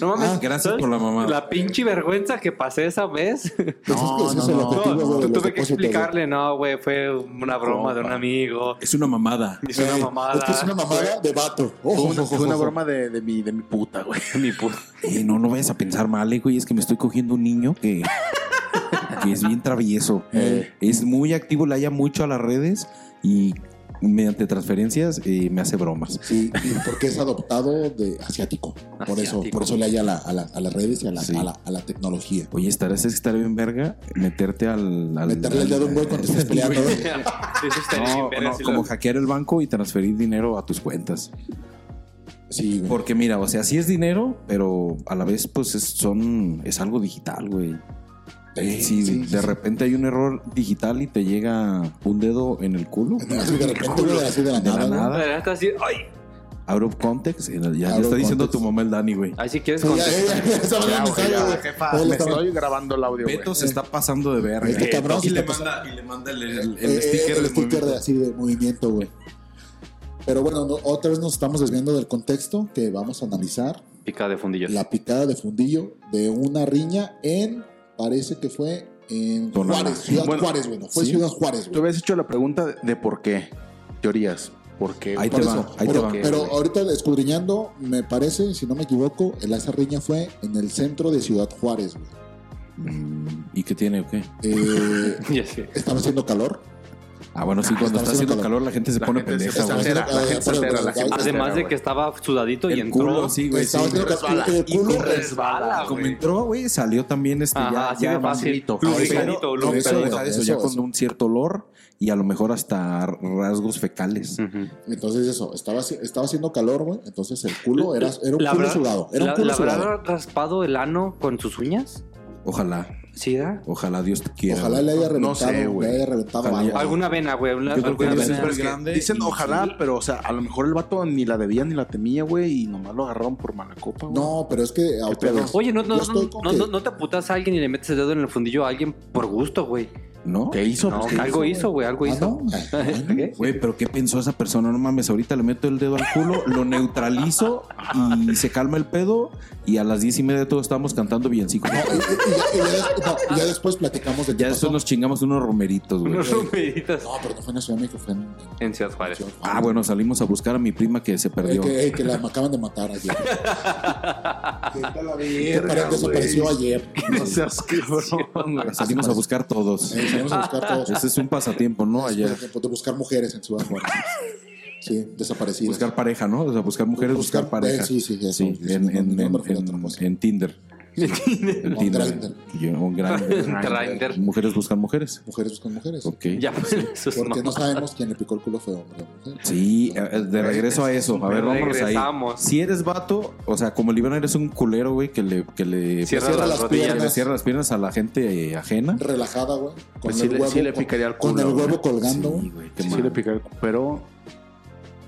no mames,
Ah,
Gracias por la mamada.
la pinche vergüenza que pasé esa vez.
Pues es que ese es
No,
el
no,
No,
objetivo
tuve
de los
que
depósitos, güey.
explicarle, no, güey, fue una broma de un
Compa.
amigo.
Es una mamada.
Es una
Ey,
mamada.
Esto es una mamada de vato. Ojo,
Fue una,
ojo,
fue una
ojo.
broma de, de mi, de mi puta, güey.
Mi puta.
Eh, no, no vayas a pensar mal, eh, güey. Es que me estoy cogiendo un niño que, que es bien travieso.
Eh.
Es muy activo, le halla mucho a las redes y mediante transferencias eh, me hace bromas.
Sí, y porque es adoptado de asiático. Por eso,
Asiático.
por eso le hay a, la- a la- a las redes y a la,
Sí.
a la- a la tecnología.
Oye, estarás es estar bien verga, meterte al, al-
Meterle el
al-
dedo a un güey cuando estés peleando. güey.
Eso estaría
No,
bien,
no,
así
como
este lo-
hackear el banco y transferir dinero a tus cuentas.
Sí, güey.
Porque mira, o sea, sí es dinero, pero a la vez pues es, son, es algo digital, güey.
Eh,
si
sí,
de
sí, sí.
repente hay un error digital y te llega un dedo en el culo,
Así de repente, güey, así de la
De la
nada. güey.
nada.
Hasta así, ay,
out of context, eh, ya- ya,
Out of
está diciendo
context.
tu mamá el Dani, güey.
Así quieres
Sí, ya,
contestar.
ya, ya, esa madre
Ya,
me
güey,
sale,
ya,
güey.
jefa,
Oye,
me
está-
estoy grabando el audio, güey.
Beto se está pasando de verga.
Este cabrón se
y, le
está
manda, y le manda el, el- el
Eh, eh,
sticker
el
del
sticker
movimiento.
de así de movimiento, güey. Pero bueno, no- otra vez nos estamos desviando del contexto que vamos a analizar
Pica de fundillos.
la picada de fundillo de una riña en, parece que fue en
Tonalá.
Juárez, Ciudad
Bueno,
Juárez, bueno, fue
sí.
Ciudad Juárez,
Tú
güey.
habías hecho la pregunta de por qué. Teorías. ¿Por qué?
Ahí
Por
te
eso.
va, ahí te
Pero,
va.
pero ahorita escudriñando, me parece, si no me equivoco, el- esa riña fue en el centro de Ciudad Juárez, güey.
Mm, ¿Y qué tiene o qué?
Eh,
Ya sé.
estaba haciendo calor.
Ah, bueno, sí, cuando
está
está
haciendo
haciendo calor la gente se
La
pone
gente se
pendeja,
está
güey.
haciendo-
altera, la gente se
Pero,
altera, la
pero,
gente se
Además
altera,
de
güey.
que estaba sudadito y
El
entró.
culo, sí, güey. sí,
estaba
güey.
haciendo calor.
resbala.
El culo,
resbala,
Como
güey.
entró, güey, salió también este
Ajá,
ya,
así
ya
de fácil.
mancito.
Lubricadito,
Pero eso,
lubricadito.
deja eso,
Eso,
ya
eso.
con un cierto olor y a lo mejor hasta rasgos fecales.
Ujú.
Entonces eso, estaba, haci- estaba haciendo calor, güey. Entonces el culo era, era un
¿La
culo
habrá-
sudado. Era un
la-
culo
¿La habrá
sudado.
raspado el ano con sus uñas?
Ojalá,
¿Sí, da?
ojalá Dios te quiera.
Ojalá
güey.
le haya
No sé,
reventado, le
güey.
haya reventado
Ojalá.
algo.
Alguna vena, güey. una-
Yo creo que
alguna
la
vena.
vena-
Pero es que
grande
dicen
y-
ojalá, pero o sea, a lo mejor el vato ni la debía ni la temía, güey, y nomás lo agarraron por mala copa, güey.
No, pero es que a otra
pedo?
vez.
Oye, no, no,
Yo
no,
estoy con
no,
que-
no- no te aputas a alguien y le metes el dedo en el fundillo a alguien por gusto, güey.
¿No?
¿Qué hizo?
No,
Pues, ¿qué
algo
hizo,
hizo, güey, algo
Ah,
hizo.
no. Ay, ay,
¿Qué?
Güey, pero ¿qué pensó esa persona? No mames, ahorita le meto el dedo al culo, lo neutralizo y se calma el pedo. Y a las diez y media de todo estamos cantando villancicos.
no. Y- y- y ya- y ya des- no, y ya después platicamos de qué
Ya
pasó.
después nos chingamos unos romeritos, güey.
Unos rumeritas.
No, pero no fue en la Ciudad de México, fue en, en
En Ciudad Juárez.
Ciudad Juárez.
Ah, bueno, salimos a buscar a mi prima que se
Eh,
perdió.
que, eh, que la me acaban de matar ayer. Que pare- desapareció ayer.
No seas cabrón, güey.
La salimos a buscar todos.
Eh, salimos a buscar todos.
Ese es un pasatiempo, ¿no?
Después
Allá.
de tiempo de buscar mujeres en Ciudad Juárez. Sí, desaparecidas.
pues, Buscar pues, pareja, ¿no? O sea, buscar mujeres, buscar
Buscar-
pareja.
eh, sí, sí, eso,
Sí,
sí,
en,
no,
en-
no me
en-
refiero a otra
en-
cosa.
en Tinder.
On Grindr.
Yo, un grande.
Grindr.
mujeres buscan mujeres.
Mujeres buscan mujeres.
Ok.
Ya, pues, eso es
Porque no
mamá.
sabemos quién le picó el culo fue hombre o mujer.
Sí, eh, de regreso a eso. A ver, vámonos ahí.
Regresamos.
Si eres vato, o sea, como Libana eres un culero, güey, que le, que le,
Cierra
que
Cierra
las
las
rodillas.
le
piernas.
cierra las piernas a la gente eh, ajena.
Relajada, güey. Con
Pues sí
el
le-
huevo.
sí le
con-
picaría el
Con
culo,
el
güey.
huevo colgando,
Sí,
güey.
güey, qué
Sí, sí
mal.
le pica el cu- pero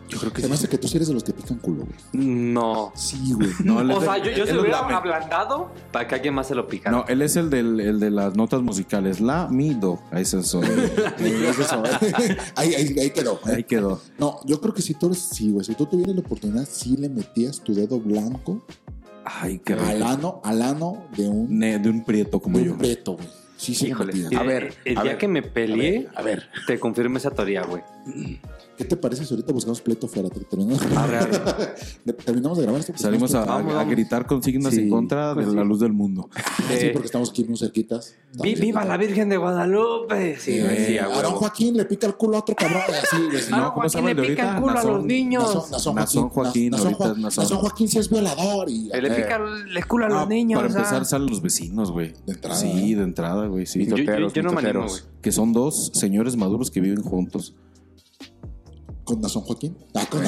yo creo que
Se me
sí.
hace que tú sí eres de los que pican culo, güey.
No.
Sí, güey.
No, él
O
es
sea,
el-
yo, yo
él
se
es
hubiera
la-
ablandado para que alguien más se lo picara.
No, él es el, del, el de las notas musicales. La, mi, do. Ahí se son.
Eh, es eso, eh. ahí, ahí, ahí quedó. eh.
Ahí quedó.
No, yo creo que si tú eres, sí, güey. Si tú tuvieras la oportunidad, sí le metías tu dedo blanco
Ay, qué
al
rico.
ano, al ano de un,
Ne- De un prieto como
de
yo.
un preto, güey. Sí, sí, le
Híjole.
metías.
el-
A ver,
El,
a
día
ver,
que me peleé,
A ver,
te confirmo esa teoría, güey.
¿Qué te parece si ahorita buscamos pleito fuera? Te- Terminamos,
Arre, arre.
de- terminamos de grabar este esto.
Salimos a,
Vamos,
a
vamos.
gritar consignas
Sí,
en contra de
pues sí.
la luz del mundo.
Ah, Sí,
Eh,
porque estamos aquí muy cerquitas. Estamos
vi- ¡Viva
cerquita.
la Virgen de Guadalupe! Sí,
Eh,
güey, sí, a
Aarón
huevo.
Joaquín le pica el culo a otro cabrón. y Así, güey.
Ah,
No,
¿cómo se llama el de ahorita? Nazón-
Nazón, Nazón
Nazón
Joaquín.
Joaquín,
Nazón
ahorita
Joa-
es Nazón.
Nazón Joaquín sí es violador. Y,
Eh, Le pica el el culo a
Ah,
los niños.
Para
o sea.
empezar salen los vecinos, güey.
De entrada,
Sí, de entrada, güey. Sí.
Yo- yo-
mitoteros,
yo no me animo,
mitoteros.
Que son dos señores maduros que viven juntos.
¿Con Nazón Joaquín? Ah, con-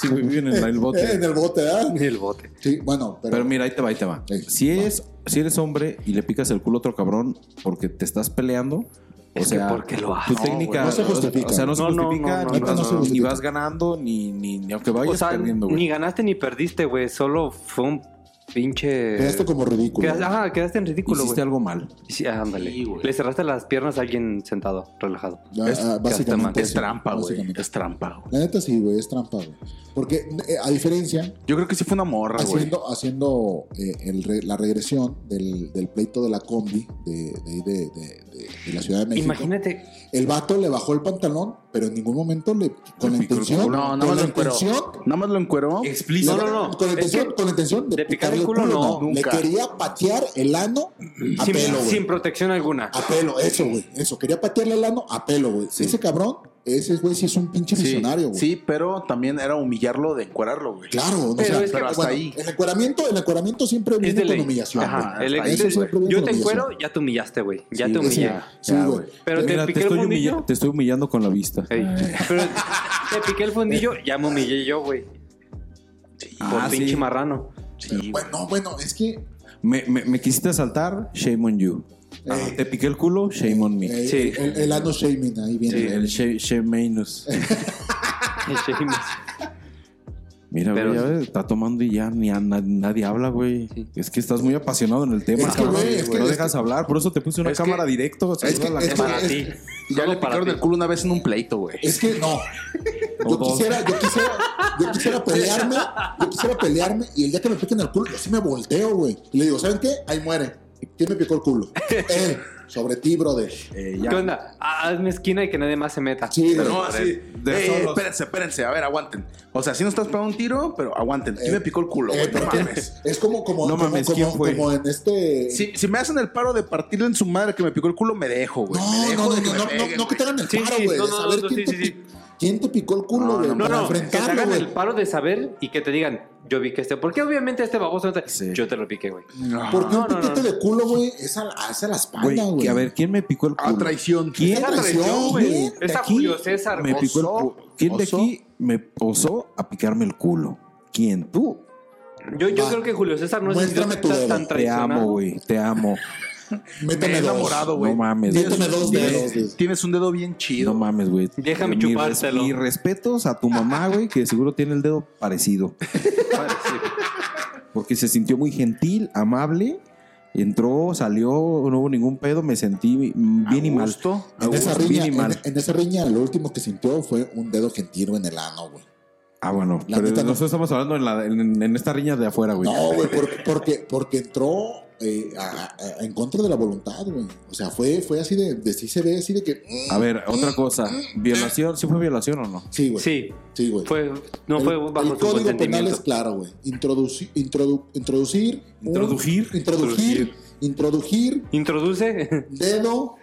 Sí, güey, viven en el bote.
en el bote, ¿verdad?
Ni el bote.
Sí, bueno, pero,
Pero mira, ahí te va, ahí te va.
Sí,
Si
va.
eres, si eres hombre y le picas el culo a otro cabrón porque te estás peleando, o
Es que
sea,
porque lo
tu
hago,
técnica
güey. No se justifica.
O sea, no se
No, no,
justifica,
no,
ni,
no,
vas,
no se
ni
justifica.
vas ganando, ni, ni, ni aunque
O
vayas
sea,
perdiendo,
ni
güey.
ganaste ni perdiste, güey. Solo fue un pinche.
quedaste como ridículo.
Quedaste- ajá, quedaste en ridículo,
Hiciste
güey.
algo mal.
Sí, ándale.
Sí, güey.
Le cerraste las piernas a alguien sentado, relajado.
Ya,
Es-
ah,
hasta más-
básicamente.
es
sí,
trampa, güey.
básicamente.
Es trampa, güey.
La neta sí, güey, es trampa, güey. Porque eh, a diferencia,
Yo creo que sí fue una morra, güey.
haciendo, haciendo eh, el re- la regresión del, del pleito de la combi de, de, ahí de- de- de- de la Ciudad de México,
Imagínate,
el vato le bajó el pantalón, pero en ningún momento le, con la
picó el
intención.
culo. No,
con
nada más
la
lo encueró.
intención-
Nada más lo encueró.
Explícito.
No, no, no.
Con la
Es
intención,
que
con la intención de,
de picar
picarle
el culo, no,
Le
nunca.
quería patear el ano a
sin,
pelo, güey.
sin protección alguna.
A pelo, eso, güey. Eso, quería patearle el ano a pelo, güey. Ese cabrón, ese güey sí es un pinche
Sí,
visionario, güey.
sí, pero también era humillarlo de encuerarlo, güey.
Claro, no,
Pero
o sea,
es que-
pero hasta ahí.
El encueramiento, el encueramiento siempre Pues viene
de
con
ley.
humillación.
Ajá,
güey.
hasta
El-
ahí.
el-
Eso siempre viene
yo
con
te
humillación.
encuero, ya te humillaste, güey. Ya
Sí,
te
güey,
humillé.
ya,
Sí,
ya,
güey.
Pero te
Mira,
piqué el
estoy
fundillo.
humilla- te estoy humillando con la vista.
Ey, pero te piqué el fundillo, ya me humillé yo, güey. Por
Ah, sí.
pinche marrano.
Sí, güey.
Bueno, bueno, es que.
Me, me- me quisiste asaltar, shame on you.
Eh,
Te piqué el culo, shame on me.
eh,
Sí.
el, el ano shaming ahí viene.
Sí, el she- shame minus.
Eh,
Mira,
Pero-
güey, ya ves, está tomando y ya ni a na- nadie habla, güey.
Sí.
Es que estás muy apasionado en el tema,
Es que,
cabrón.
güey, es que-
no
es
dejas hablar, por eso te puse una
es
cámara
que-
directo. o sea,
es que-
a la
es que-
cámara.
Para ti.
Ya
Solo
le
para
picaron
ti.
el culo una vez en un pleito, güey.
Es que no.
O
Yo
dos.
quisiera, yo quisiera, yo quisiera pelearme, yo quisiera pelearme y el día que me piquen el culo, yo sí me volteo, güey. Y le digo, ¿saben qué? Ahí muere. ¿Quién me picó el culo? Él, sobre ti, brother.
Eh, ya.
¿Qué onda? Ah, Hazme esquina y que nadie más se meta.
Sí,
Pero
güey.
no, así.
de
"Ey,
solos".
espérense, espérense. A ver, aguanten. O sea, si no estás pegando un tiro, pero aguanten. Sí
Eh,
me picó el culo,
Eh,
güey. No
pero ¿quién-
mames.
Es como, como,
No
como,
mames,
como-
¿quién fue?
como en este.
Si, si me hacen el paro de partirle en su madre que me picó el culo, me dejo, güey.
No,
Pues Me dejo
no, no,
de que
no,
me
no,
peguen,
no, no que te
güey.
hagan el
Sí,
paro,
sí,
güey.
no,
de
no,
saber
no,
quién,
sí,
te,
sí,
pi- quién te picó el culo,
No,
güey.
no,
No,
para
no, que te
enfrentarlo,
hagan
güey.
el paro de saber y que te digan, yo vi que este, porque obviamente este baboso no te...
Sí.
Yo te lo piqué, güey.
Porque
No, no,
un
no,
piquete
no.
de culo, güey, es a, la- es a la
Güey,
espalda, güey.
que a ver, ¿quién me picó el
Ah,
culo?
A Ah, traición.
¿Quién
Esa
traición,
traición,
güey.
güey.
¿Quién de
Esa
aquí
Julio César.
me
o-
picó el
osó?
culo? ¿Quién de
¿Osó?
aquí me osó a picarme el culo? ¿Quién? ¿Tú?
Yo, yo
Va.
creo que Julio César no es
Muéstrame tu
tan-
dedo.
tan
Te amo,
traicionado.
güey. Te amo.
Me he
Méteme dos.
enamorado, güey.
No mames.
Tienes-
Méteme dos dedos,
tienes-
güey.
Tienes un dedo bien chido.
No mames, güey.
Déjame
Mi res-
chupártelo.
Mis respetos a tu mamá, güey, que seguro tiene el dedo parecido. Porque se sintió muy gentil, amable. Entró, salió, no hubo ningún pedo. Me sentí mm, bien y
A
mal.
gusto.
En esa,
Bien
riña,
y
en,
mal.
en esa riña, lo último que sintió fue un dedo gentil en el ano, güey.
Ah, bueno.
La
pero
neta no.
nosotros estamos hablando en, la- en- en esta riña de afuera, güey.
No, güey, por- porque, porque entró eh, a- a- en contra de la voluntad, güey. O sea, fue, fue así de, de sí se ve, así de que. mm,
A ver, otra cosa. Violación. ¿Sí fue violación o no?
Sí, güey.
Sí,
Sí, güey.
fue, no
El-
fue bajo
El
su
código penal
consentimiento.
es claro, güey. Introduci- introdu- introducir. un-
Introdujir.
Introducir. Introducir
Introduce.
dedo,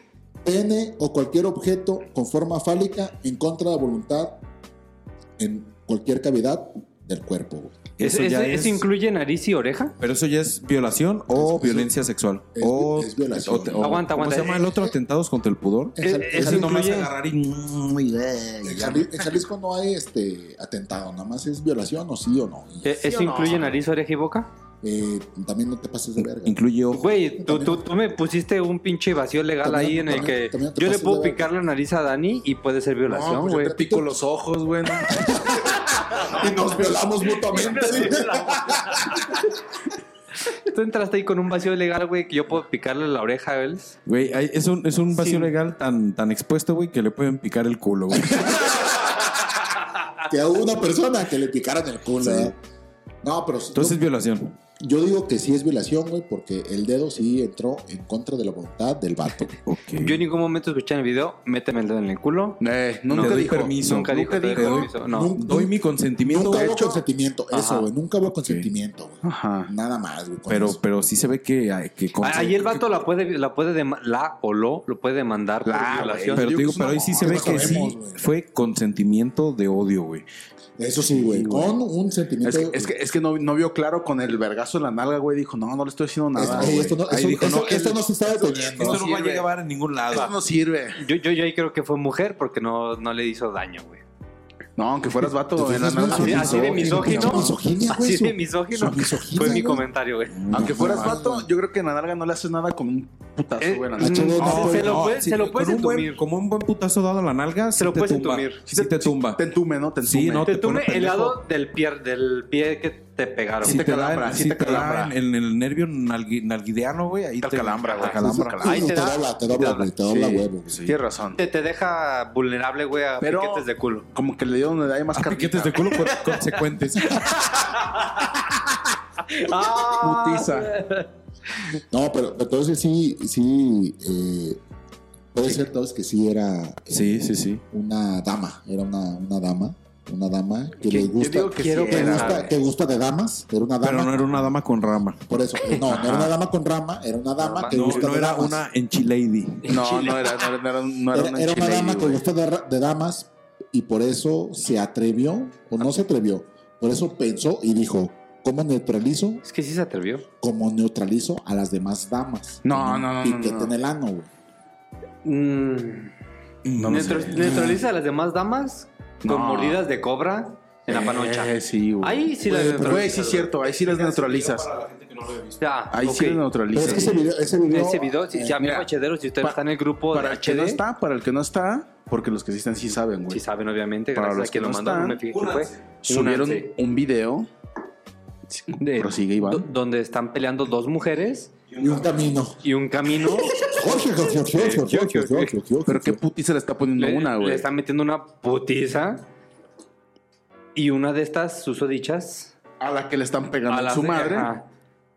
pene o cualquier objeto con forma fálica en contra de la voluntad en cualquier cavidad del cuerpo, güey.
Eso
¿Es-
ya es-
es- ¿Eso incluye nariz y oreja?
Pero eso ya es violación o
Es-
violencia sexual.
es-
o,
es violación.
o te- o-
Aguanta,
¿Cómo
aguanta.
se llama el otro? ¿Atentados contra el pudor?
Eh,
En Jal-
eso
en Jal-
incluye-
y...
en Jali- en Jalisco no hay este atentado, nada más es violación o sí o no. Y-
¿E- ¿Eso incluye nariz, oreja y boca?
eh, también no te pases de verga.
Incluye ojo.
Güey, tú, tú, tú me pusiste un pinche vacío legal
También-
ahí en el
también-
que
también te
yo le
pasas
puedo
de verga.
picar la nariz a Dani y puede ser
No,
violación,
pues yo
güey.
te pico los ojos, güey. ¿no?
Y nos violamos mutuamente.
Tú entraste ahí con un vacío legal, güey, que yo puedo picarle la oreja a él.
Güey, hay- es un, es un vacío
Sí.
legal tan, tan expuesto, güey, que le pueden picar el culo, güey.
que a una persona que le picaran el culo. ¿eh? No, pero sí-
Entonces, violación.
yo, yo digo que sí es violación, güey, porque el dedo sí entró en contra de la voluntad del vato.
Ok.
Yo en ningún momento escuché en el video, méteme el dedo en el culo.
Eh,
No,
nunca
te doy
dijo.
permiso.
nunca dijo, te doy permiso, no.
Nunca-
Doy mi consentimiento,
Nunca
güey,
hubo consentimiento,
Ajá.
eso, güey. Nunca hubo consentimiento, güey.
Ajá.
Nada más, güey. con
pero,
eso.
pero sí se ve que... hay- que
A- Ahí el vato la puede, la puede, dema- la o lo, lo puede demandar
Ah,
por
La,
violación.
Pero, te
Yo
digo,
pues,
pero ahí
no,
sí se
no
ve que
sabemos,
sí
güey.
fue consentimiento de odio, güey.
Eso sí, güey. Con un
Es
sentimiento.
que, es que, es que no, no vio claro con el vergazo en la nalga, güey. Dijo, no, no le estoy haciendo
Es-
nada.
ey,
güey.
esto no,
Ahí
eso-
dijo,
eso-
no,
esto
el-
no se está deteniendo.
esto no
Sí,
va a
güey.
llegar
a ningún
Esto no sirve.
Yo, yo, yo ahí creo que fue mujer porque no, no le hizo daño, güey.
No, aunque fueras vato
Entonces,
en la
es
nalga.
Así,
misógino,
así de
güey.
misógino.
Misoginia, güey,
Así
su-
de misógino.
su misoginia,
Fue mi
güey.
comentario, güey.
Aunque fueras
no,
vato,
no.
yo creo que en la nalga no le haces nada con un putazo,
Eh,
güey. en la
mm,
nalga.
chido, no,
se,
güey,
lo
No,
puede-
sí,
se lo puedes
con un buen-
entumir.
como un buen putazo dado a la nalga, se
lo
te
puedes
tumba.
entumir.
Sí te tumba.
Te entume, ¿no? Te entume.
Sí, no,
Te
te
tume
pone
el
pendejo.
lado del pie, del pie que te pegaron.
Si
te
te,
calambra,
da,
sí
si
te
te da
calambra.
en, en el nervio nalgui- nalguideano, güey, ahí
Te
te,
calambra, güey.
te calambra.
calambra. Ahí te da-
dobla, te
te
dobla,
da-
güey, te dobla
sí.
huevo. güey.
Tienes razón.
te, te deja vulnerable, güey, a
Pero-
piquetes de culo.
Como que le dio donde hay más
A Ah, piquetes
carnita.
de culo con- consecuentes.
Ah, Putiza.
No, pero pero entonces sí, sí, eh, puede ser entonces que sí era eh,
Sí, sí, sí.
una dama, era una, una dama, una dama que
Que-
le
yo
gusta,
digo que
quiero
sí eh.
que
era,
gusta,
güey.
que gusta de damas, era una dama,
Pero no era una dama con rama.
por eso, eh, no, no era una dama con rama, era una dama
Rama,
que
No,
gusta
no
de
era
damas.
una enchilady.
No, no era, no era, no
Era,
era, no era una
era una
enchilada,
dama que
güey.
gusta de, ra- de damas y por eso se atrevió o no se atrevió, por eso pensó y dijo, ¿cómo neutralizo?
Es que sí se atrevió.
¿Cómo neutralizo a las demás damas?
No,
Con un
no, no, no,
Piquete
no.
en el ano, güey.
Mm.
No lo sé.
Neutro- neutraliza a las demás damas con
No.
mordidas de cobra en la panocha.
Eh, sí, güey.
Ahí sí las
Güey,
neutralizas.
Güey, sí es cierto. Ahí sí las neutralizas.
Ya,
Ahí
ok.
sí las
Pero es que
neutralizas.
ese video, ese video,
Ese video, si,
eh,
si amigo
mira,
Hederos, si usted
pa-
está en el grupo
Para
de
el que no
HD,
está, para el que no está, porque los que sí están sí saben, güey.
si saben, obviamente,
Pues, Para
gracias a
los que
quien lo
no
mandó, no
están,
me fijé quién fue.
Subieron
Únanse.
un video.
De-
Prosigue, Iván.
do- donde están peleando dos mujeres
y un camino.
y un camino
Jorge, Jorge, Jorge, Jorge, Jorge, Jorge, Jorge, Jorge.
Pero qué putiza le está poniendo
le,
una,
le
güey.
están metiendo una putiza y una de estas susodichas
A la que le están pegando
a la
en su madre.
ajá,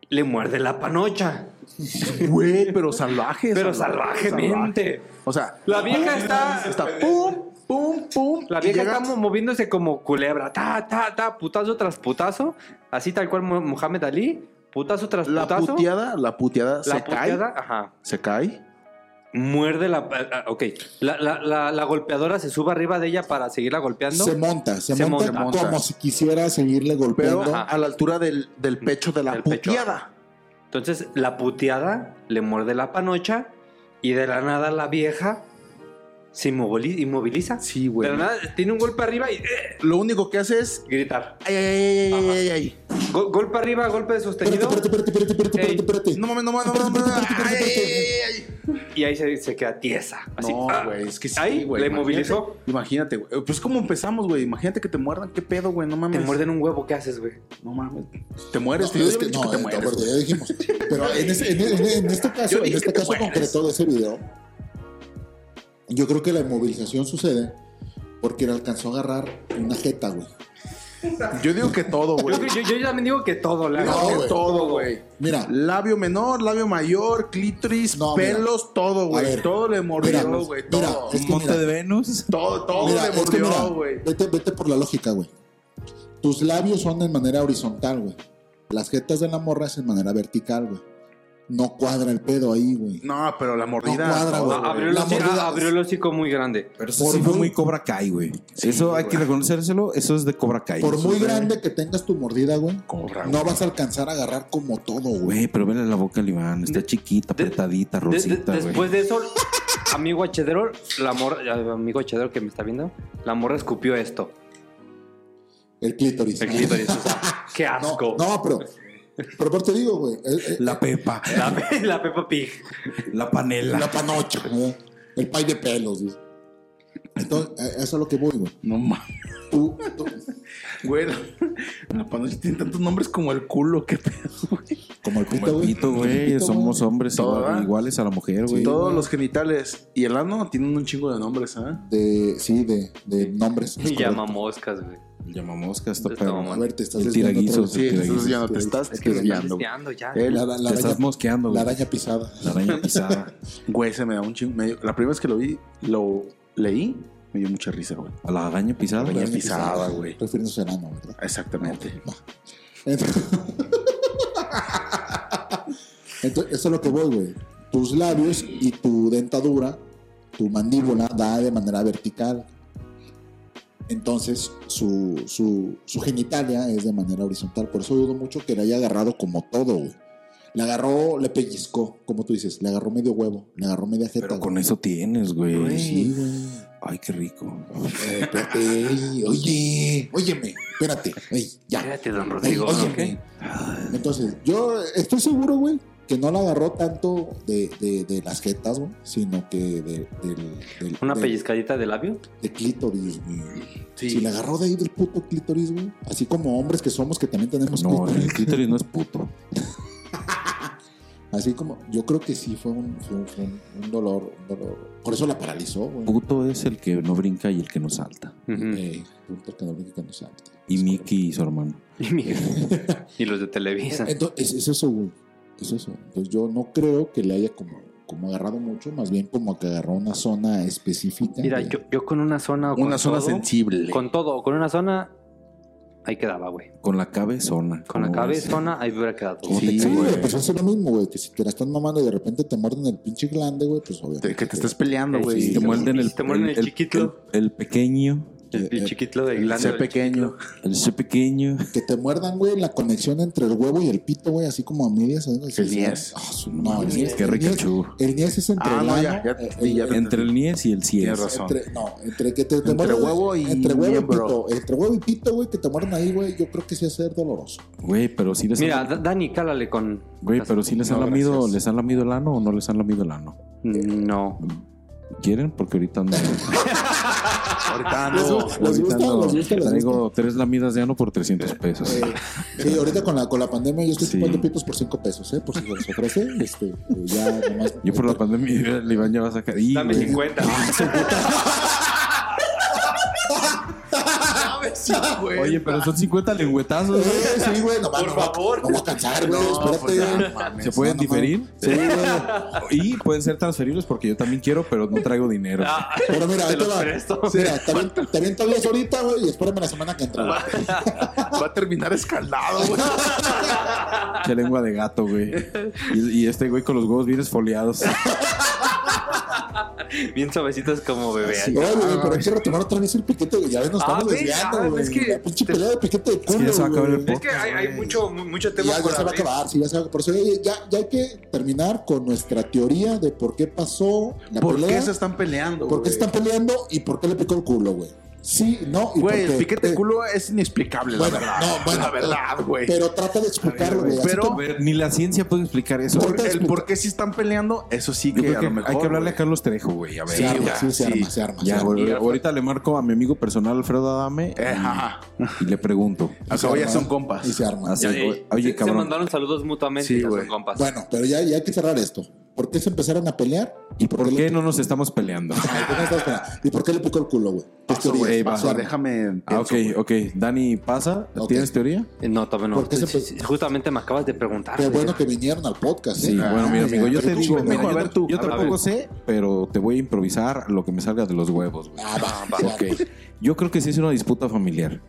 le muerde la panocha,
Güey, pero salvaje.
pero
salvaje,
salvajemente.
salvaje. O sea,
La vieja está-
Está pum, pum, pum.
La
y
vieja
llega-
está mo- moviéndose como culebra, ta, ta, ta, putazo tras putazo, así tal cual Mu- Mohamed Ali, putazo tras
La
putazo.
puteada, la puteada
la
se
puteada,
cae.
ajá.
Se cae.
Muerde la. ah, Ok. La, la- la- la golpeadora se sube arriba de ella para seguirla golpeando.
Se monta, se,
Se
monta,
monta.
como si quisiera seguirle
Pero
golpeando.
Ajá.
a la altura del, del pecho de la
Del pecho.
puteada.
Entonces, la puteada le muerde la panocha y de la nada la vieja se inmovili- inmoviliza.
Sí,
de
güey.
la nada tiene un golpe arriba y eh,
Lo único que hace es.
gritar.
Ay, ay, ay, ay,
Ajá.
ay, ay.
Go- golpe arriba, golpe de sostenido.
espérate, espérate, espérate, espérate,
Ey,
espérate, espérate.
No mames, no mames, no mames. no mames. Ay, ay, ay, ay, ay.
Y ahí se, se queda tiesa. Así,
No,
ah.
güey, es que sí,
Ahí
güey,
le
imagínate.
movilizó.
Imagínate, güey. Eh, Pues cómo empezamos, güey. Imagínate que te muerdan. ¿Qué pedo, güey? No
Te
mames.
muerden un huevo, ¿qué haces, güey?
No mames. Te mueres.
No,
yo
es
había
que
dicho
no,
que te
eh,
mueres.
Roberto,
güey.
ya dijimos. Pero en, ese- en- en- en este
Yo
caso, en
dije
este
que te
caso
mueres.
concreto de ese video, yo creo que la inmovilización sucede porque le alcanzó a agarrar una jeta, güey.
Yo digo que todo,
Yo,
güey.
yo- yo también digo que todo, la
No,
Yo digo
güey.
que todo, güey.
Mira,
Labio menor, labio mayor, clítoris,
No, mira.
pelos, todo,
A
güey.
ver,
Todo le
mira,
mordió, güey.
mira,
Todo.
es que
Monte
mira.
de Venus.
Todo, todo
Mira,
le
es que mira,
mordió, güey.
vete, vete por la lógica, güey. Tus labios son de manera horizontal, güey. Las jetas de la morra es en manera vertical, güey. No cuadra el pedo ahí, güey.
No, pero la mordida.
No cuadra,
no,
güey.
güey.
abrió, el
La
hocico- ah,
mordida-
abrió el hocico muy grande.
Pero eso
Por
sí fue
muy-
muy Cobra Kai, güey. eso hay que reconocérselo, eso es de Cobra Kai.
Por
Eso
muy
es de-
grande que tengas tu mordida, güey,
Cobra,
no vas a alcanzar a agarrar como todo, güey.
Güey, pero vele la boca al Iván, está
De-
chiquita,
de-
apretadita,
De- de-
rosita, güey.
después de eso, amigo Achedero, la morra, amigo Achedero que me está viendo, la morra escupió esto.
El clítoris.
El clítoris, o sea, qué
No,
asco.
no, pero. Pero por te digo, güey. el- el-
La pepa,
La, pe- la Peppa Pig.
la panela.
La panocha, ¿verdad? el pay de pelos. dice. Entonces, a- eso es a lo que voy, güey.
No mames.
Tú, tú-
Güey, la, la panocha tiene tantos nombres como el culo, qué pedo, güey.
como el pito, güey.
Pito, güey,
Pito,
somos
güey.
hombres
Todo,
igual-
¿verdad?
iguales a la mujer, güey.
Todos los genitales y el ano tienen un chingo de nombres, ¿ah?
De, sí, de, de nombres. es
Y llama
correcto.
moscas, güey.
El llamamosca está
Está
perro.
mamón.
A ver, te estás
El
desviando
tiraguizo,
otra
sí,
vez.
el tiraguizo.
desviando, te estás
Es que me están
desviando.
deseando ya.
Eh,
La, la- la
Te estás
araña,
mosqueando,
la
güey.
araña pisada.
La araña pisada.
Güey, se me da un chingo. me dio- la primera vez que lo vi, lo leí, me dio mucha risa, güey.
A la araña pisada.
La araña
güey.
pisada, güey.
Refiriéndose a enano, ¿verdad?
Exactamente.
Entonces, Entonces, eso es lo que voy, güey. Tus labios y tu dentadura, tu mandíbula, da de manera vertical. Entonces, su, su, su genitalia es de manera horizontal. Por eso dudo mucho que le haya agarrado como todo, güey. Le agarró, le pellizcó, como tú dices, le agarró medio huevo, le agarró media jeta.
Pero con
güey.
eso tienes, güey.
Sí, güey.
Ay, qué rico.
Eh, espérate, ey, oye, óyeme, espérate, ey, ya.
Espérate, don
Ey,
Rodrigo.
óyeme.
¿ok?
Entonces, yo estoy seguro, güey, que no la agarró tanto de, de- de las jetas, güey, sino que de, del, del-
Una
del-
pellizcadita de labio.
de clítoris, güey.
Sí.
Si la agarró de ahí del puto clítoris, güey. Así como hombres que somos que también tenemos
No, eh.
clítoris.
el clítoris no es puto.
Así como, yo creo que sí fue un, fue un- fue un- un dolor, un dolor. Por eso la paralizó, güey.
Puto es el que no brinca y el que no salta.
Ujú.
Eh, punto que no brinque, que no salte.
Y Mickey y su hermano.
Y, mi- y los de Televisa.
Entonces, es, es eso, güey. Es eso. Entonces, yo no creo que le haya como, como agarrado mucho, más bien como que agarró una zona específica.
Mira,
de-
yo, yo con una zona o con
Una zona
todo,
sensible.
Con todo, o con una zona, ahí quedaba, güey.
Con la cabezona.
Con la
¿Cómo ves?
cabezona, ahí hubiera quedado.
¿Cómo
Sí,
te
Sí,
cae,
güey,
güey?
pues hace lo mismo, güey. Que si te la están mamando y de repente te muerden el pinche glande, güey, pues obviamente.
Te- que te estás peleando,
Eh,
güey.
sí,
Te muerden el,
Te muerden el chiquito.
El, el pequeño.
El, el chiquitlo de
El
glande.
ser pequeño.
El ese pequeño.
Que te muerdan, güey, la conexión entre el huevo y el pito, güey, así como a medias. ¿sabes? Así,
El
¿sabes?
niés.
Ah, su- no, el
Mames,
niés-
qué
el
rico
niés-
chu.
El niés es entre
Ah,
el
no, ya,
ano,
ya,
eh,
sí,
el-
ya.
Entre el Nies y el Cies.
Tienes razón.
Entre, no, entre que te, te
Entre
muerdan-
huevo y
entre huevo y
miembro.
pito, entre huevo y pito, güey, que te muerdan ahí, güey, yo creo que sí va a ser doloroso.
Güey, pero si les
Mira,
han,
Da- Dani, cálale con.
güey, pero si les han
No,
lamido,
gracias.
les han lamido el ano o no les han lamido el ano.
No.
¿Quieren? Porque ahorita ando.
Ahorita
Les
ando.
gusta, les gusta, les gusta, les gusta.
traigo tres lamidas de ano por 300 pesos.
Eh, sí, ahorita con la, con la pandemia yo estoy
Sí.
chupando pitos por 5 pesos, ¿eh? Por si se los ofrece. Este, eh, ya nomás.
Yo por la pandemia, el Iván ya va a sacar. Y,
Dame
güey,
50.
Ah.
Oye, pero son 50 lengüetazos. güey.
Eh, sí, güey, nomás. Por favor. No voy a cansar, güey. espérate.
pues,
¿Se pueden
No, no,
diferir?
no. Sí, güey.
Y pueden ser transferibles porque yo también quiero, pero no traigo dinero.
Ah,
Pero mira, ahí
te
te
los
va.
presto.
Mira, está bien, está bien todavía es ahorita, güey, y espérame la semana que entra. güey.
Va a terminar escaldado, güey.
Che lengua de gato, güey. Y, y este güey con los huevos bien esfoliados.
Bien suavecitos como bebé.
Sí, Oye, güey,
Ah,
pero hay que retomar otra vez el piquete, güey. Ya ves, nos
Ah, ve,
estamos
ah,
desviando, güey.
es que-
La pinche pelea de piquete de culo,
ya se va a acabar el
güey.
podcast.
Es que hay, hay mucho, mucho
Y
tema
Ya, ya
por
se va a
abrir.
acabar, sí, ya se va a acabar. Por eso oye, ya, ya hay que terminar con nuestra teoría de por qué pasó la
¿Por
pelea.
qué se están peleando?
¿Por qué
güey?
se están peleando y por qué le picó el culo, güey? Sí, no, y
Güey,
por qué?
el piquete de
Eh,
culo es inexplicable,
Bueno,
la verdad.
no, bueno,
la verdad, güey.
Pero trata de explicarlo, güey. así
pero-
como-
A ver, ni la ciencia puede explicar eso.
Por- el por qué si están peleando, eso sí
Yo
que,
creo
a
que
lo mejor.
hay que hablarle a
güey.
Carlos Trejo, güey. A ver.
se arma,
ya,
sí, se
sí.
arma, se arma.
Ya,
se arma.
güey, ahorita le marco a mi amigo personal Alfredo Adame
Eh, ajá.
y le pregunto.
Y
Acabo
se
ya
arma,
son compas.
Y se arma.
Así.
Ya,
Sí,
eh,
oye,
se- se
cabrón.
mandaron saludos mutuamente
Sí,
ya son
güey.
compas.
Bueno, pero ya, ya hay que cerrar esto. ¿Por qué se empezaron a pelear?
¿Y por
le-
qué no nos estamos peleando?
Ay, ¿por qué no estabas peleando? ¿Y por qué le picó el culo, güey? Tus
Paso,
teorías,
güey,
se
paso,
arma.
déjame.
Ah, ok,
pienso, güey.
ok. Dani, pasa.
Ok.
¿Tienes teoría?
Eh, No, todavía no.
¿Por qué se
Sí, sí, Justamente me acabas de preguntar.
Qué
güey.
bueno que vinieron al podcast, ¿eh?
Sí,
Ah,
bueno, mira, amigo, yo
mira,
te
tú
digo,
chingas,
mira,
a
yo,
ver tú,
yo
a ver.
tampoco sé, pero te voy a improvisar lo que me salga de los huevos, güey.
Ah, va, va, va.
Ok. Yo creo que sí es una disputa familiar.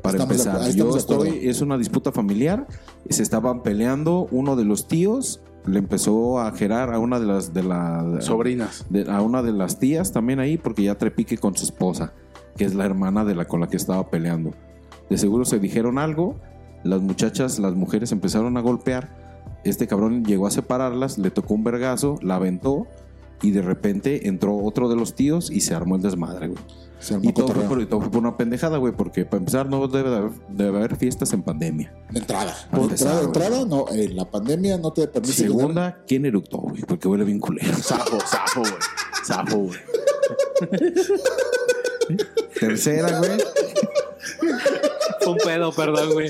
Para
Estamos de acu-
empezar,
ahí
yo
estamos de acuerdo.
estoy, es una disputa familiar. Se estaban peleando uno de los tíos le empezó a gerar a una de las de la
Sobrinas.
de- a una de las tías también ahí porque ya trepique con su esposa, que es la hermana de la con la que estaba peleando. De seguro se dijeron algo, las muchachas, las mujeres empezaron a golpear. Este cabrón llegó a separarlas, le tocó un vergazo, la aventó y de repente entró otro de los tíos y se armó el desmadre, güey.
Se armó
Y todo, fue
cotorreo.
por, y todo fue por una pendejada, güey, porque para empezar no debe de haber, debe haber fiestas en pandemia.
De entrada.
Para
De
empezar,
entrada, de
ah, güey.
entrada, no. eh, la pandemia no te permite. llegar-
Segunda, ¿quién eructó, güey? Porque huele bien culero.
Zafo, zafo, güey. Zafo, güey.
Tercera, güey.
Un pedo, perdón, güey.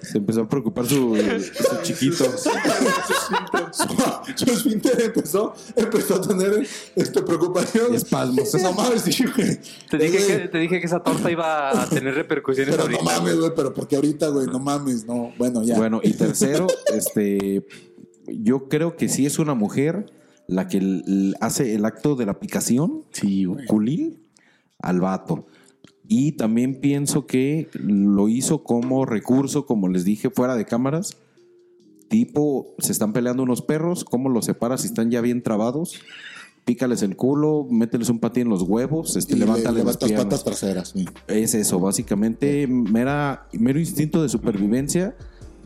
Se empezó a preocupar su, su chiquito.
Su- Su esfínter empezó, empezó a tener este, preocupación.
Espasmos.
No mames, sí, güey.
Te dije,
Güey,
que, te dije que esa torta iba a tener repercusiones
Pero no
ahorita, güey.
mames, güey. Pero porque ahorita, güey, no mames, no. Bueno, ya.
Bueno, y tercero, este, yo creo que sí es una mujer la que l- l- hace el acto de la picación
Sí, güey.
culil al vato. Y también pienso que lo hizo como recurso, como les dije, fuera de cámaras. Tipo, se están peleando unos perros, ¿cómo los separas si están ya bien trabados? Pícales el culo, mételes un patín en los huevos,
Y
este,
le-
levántale las
levantas
piernas.
patas traseras. sí.
Es eso, básicamente mera, mero instinto de supervivencia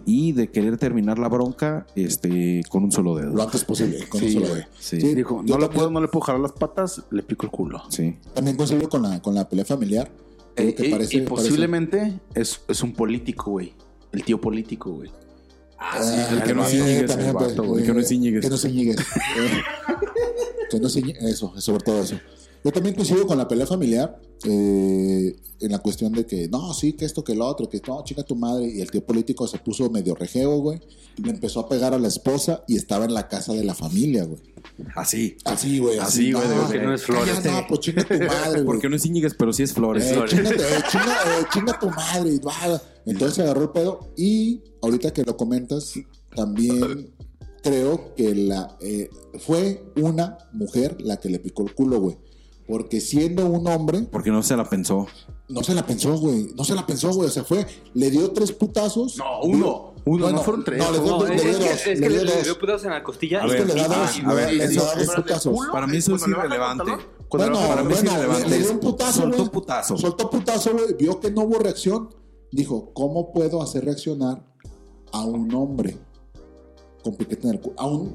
y de querer terminar la bronca este, con un solo
Lo
dedo.
antes posible. Con
Sí,
un solo
güey.
dedo.
Sí.
Sí, yo
Dijo, no le
también-
puedo, no le puedo jalar las patas, le pico el culo.
Sí.
También coincido con la, con la pelea familiar. Creo que
Eh, eh,
parece-
y posiblemente Es, es un político, güey. El tío político, güey.
parece- Ah,
el que no es
también,
Íñiguez,
también,
el
pues,
vato, güey,
eh,
que no es Íñiguez.
Que no es Íñiguez. Eh, que no es Íñi- Eso, sobre todo eso. Yo también coincido con la pelea familiar eh, en la cuestión de que no, sí, que esto, que lo otro, que no, chica tu madre. Y el tío político se puso medio rejeo, güey. Le empezó a pegar a la esposa y estaba en la casa de la familia, güey.
Así.
Así, güey.
Así, güey,
Que no es flores.
cállate, No, pues chinga tu madre, güey.
Porque no es Íñiguez, pero sí es Flores.
Eh,
Flores.
chingate, eh, chinga, eh, chinga tu madre. y va. Entonces se agarró el pedo. Y ahorita que lo comentas, también creo que la eh, fue una mujer la que le picó el culo, güey. Porque siendo un hombre,
Porque no se la pensó.
no se la pensó, güey. No se la pensó, güey. Se fue. Le dio tres putazos.
No, uno. Uno,
Bueno,
no Eh, fueron tres.
no, le dio-
No,
le
es,
dio
es
dos,
que, es
le
que
dio
le, le
dos.
dio putazos en la costilla.
A
y- "Ah,
ver,
le da dos,
a ver,
le da dos putazos.
Para mí eso es irrelevante.
Bueno,
para mí sí
bueno,
relevante
le, le dio
es-
un putazo,
soltó
güey.
putazo.
Soltó putazo, güey. Vio que no hubo reacción. Dijo, ¿cómo puedo hacer reaccionar a un hombre con piquete en el culo? A un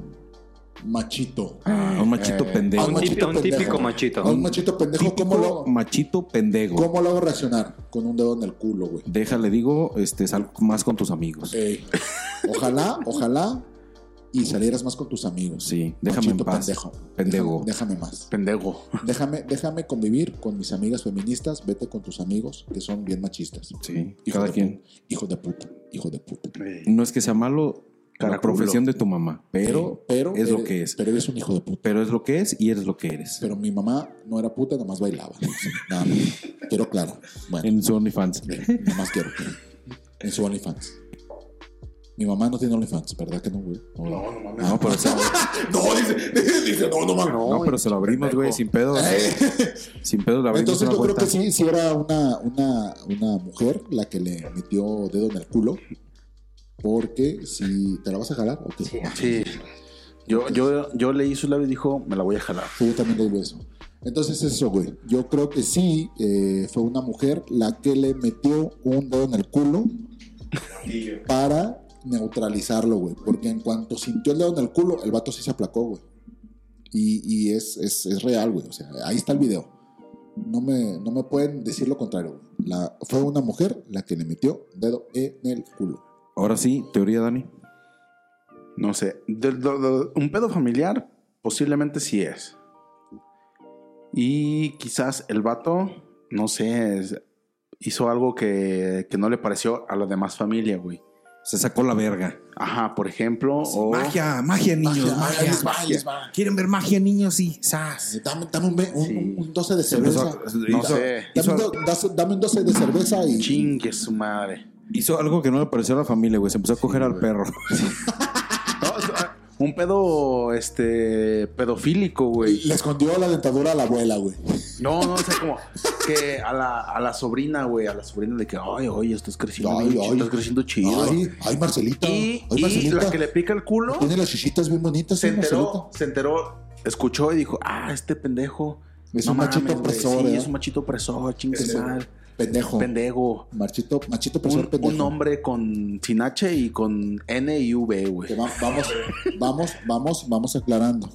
machito.
Ah, un machito
A
pendejo.
un
Eh, machito
típico- un típico
pendejo.
machito.
A un machito pendejo. ¿Cómo lo,
Típico machito pendejo.
¿Cómo lo hago reaccionar? Con un dedo en el culo, güey.
Déjale, digo, este, sal más con tus amigos.
Ey. Ojalá, ojalá y salieras más con tus amigos.
Sí, déjame en paz.
pendejo.
Pendejo.
Déjame, déjame más.
Pendejo.
Déjame, déjame convivir con mis amigas feministas. Vete con tus amigos que son bien machistas.
Sí,
Hijo
cada
de
quien.
pu- hijo de puta, hijo de puta.
No es que sea malo la
Caraculo.
profesión de tu mamá, pero,
pero
es lo
eres-
que es.
Pero eres un hijo de puta.
Pero es lo que es y eres lo que eres.
Pero mi mamá no era puta, nada más bailaba. Nada más. Quiero claro. Bueno,
En su OnlyFans.
eh, nada más quiero. En su OnlyFans. Mi mamá no tiene OnlyFans, ¿verdad que no, güey? No, no,
No, pero se,
dice, dice, no, no mames.
no, pero se lo abrimos, güey, sin pedo. Sin pedo la abrimos
Eh. Entonces
una
yo creo
cuenta.
que sí, sí era una, una, una mujer la que le metió dedo en el culo. Porque si te la vas a jalar, ok.
Sí. Yo, yo, yo leí su labio y dijo, me la voy a jalar.
Sí, yo también le digo eso. Entonces eso, güey. Yo creo que sí, eh, fue una mujer la que le metió un dedo en el culo para neutralizarlo, güey. Porque en cuanto sintió el dedo en el culo, el vato sí se aplacó, güey. Y, y es, es- es real, güey. O sea, ahí está el video. No me, no me pueden decir lo contrario, güey. La, fue una mujer la que le metió dedo en el culo.
Ahora sí, teoría, Dani.
No sé. de- de- de- un pedo familiar, posiblemente sí es. Y quizás el vato, no sé, es- hizo algo que, que no le pareció a la demás familia, güey.
Se sacó la verga. Oh.
Ajá, por ejemplo. o-
Magia, magia, niños,
Magia, ahí
magia.
les va, ahí les va.
¿Quieren ver magia, niños? y ¡Sas!
Eh, Dame, dame un, be- un-
Sí.
un 12 de
Se empezó
cerveza.
a-
No
hizo-
sé.
Dame,
hizo-
un do- das- dame un 12 de cerveza y.
Chingue su madre.
Hizo algo que no le pareció a la familia, güey. Se empezó a coger al
güey.
perro.
No, o sea, un pedo este pedofílico, güey.
Le escondió la dentadura a la abuela, güey.
No, no, o sea, como que a la, a la sobrina, güey, a la sobrina de que, ay, oye, estás creciendo,
Ay,
bien,
ay.
chi- estás creciendo chido.
Ay, ay, Marcelita.
y
ay,
y
Marcelita.
la que le pica el culo
Tiene las chichitas bien bonitas,
se
¿eh,
enteró,
Marcelita?
se enteró, escuchó y dijo, ah, este pendejo.
Es
no
un machito
mames, güey,
opresor,
Sí,
¿eh?
es un machito opresor, chingue
Ese,
su madre,
Pendejo.
pendejo.
Marchito, machito opresor,
Un,
pendejo.
un hombre con sin H y con N y V, güey.
Que va- vamos, vamos, vamos, vamos aclarando.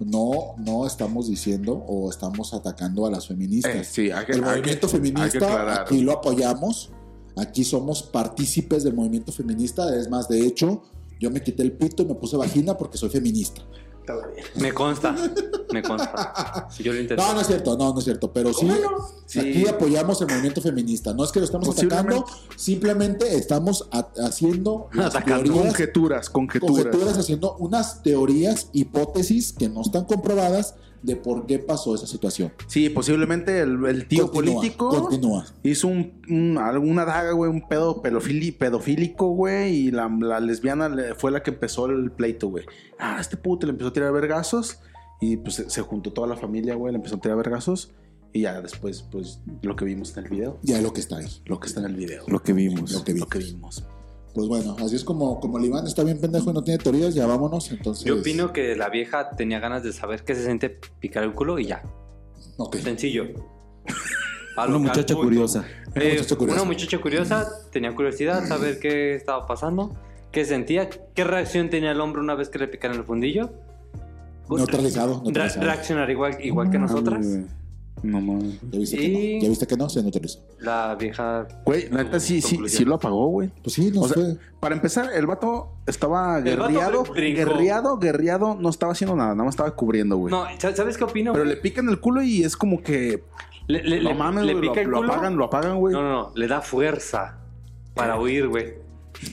No, no estamos diciendo o estamos atacando a las feministas.
Eh, sí, hay que-
El
hay
movimiento
que- hay que
feminista,
aclarar.
aquí lo apoyamos. Aquí somos partícipes del movimiento feminista. Es más, de hecho, yo me quité el pito y me puse vagina porque soy feminista.
Me consta, me consta. Yo lo intenté.
No, no es cierto, no, no es cierto. Pero sí,
Sí.
aquí apoyamos el movimiento feminista. No es que lo estamos atacando, simplemente estamos a- haciendo las
Atacando
teorías
conjeturas, conjeturas.
conjeturas haciendo unas teorías, hipótesis que no están comprobadas de por qué pasó esa situación.
Sí, posiblemente el, el tío
Continúa,
político
Continúa.
hizo un, un- alguna daga, güey, un pedo pedofili- pedofílico, güey, y la, la lesbiana le- fue la que empezó el pleito, güey. Ah, este puto le empezó a tirar vergazos y pues se, se juntó toda la familia, güey, le empezó a tirar vergazos y ya después, pues, lo que vimos en el video,
Ya es lo que está ahí.
lo que está en el video,
Lo que vimos.
Lo que vi.
lo que vimos.
Pues bueno, así es como, como el Iván está bien pendejo y no tiene teorías, ya vámonos. Entonces,
Yo opino que la vieja tenía ganas de saber qué se siente picar el culo y ya.
Ok.
Sencillo. A
Una
lo
muchacha
calvo.
curiosa.
Eh,
Una muchacha curiosa.
Una muchacha curiosa tenía curiosidad saber qué estaba pasando, qué sentía, qué reacción tenía el hombre una vez que le picaron el fundillo.
Neutralizado,
Re-
neutralizado.
reaccionar igual, igual que nosotras.
No mames.
Ya viste, que
Y-
no, ya viste que no, se neutralizó.
La vieja.
Güey, la neta sí, sí, sí lo apagó, güey.
Pues sí, no
O sea,
sé.
Para empezar, el vato estaba
El vato
guerreado,
brincó.
guerreado, guerreado, no estaba haciendo nada, nada más estaba cubriendo, güey.
No, ¿sa- ¿sabes qué opino?
Pero le pican el culo y es como que.
Le- le-
no
le-
mames,
le
güey,
pica
lo,
el
lo
culo.
apagan, lo apagan, güey.
No, no, no, le da fuerza para huir, güey.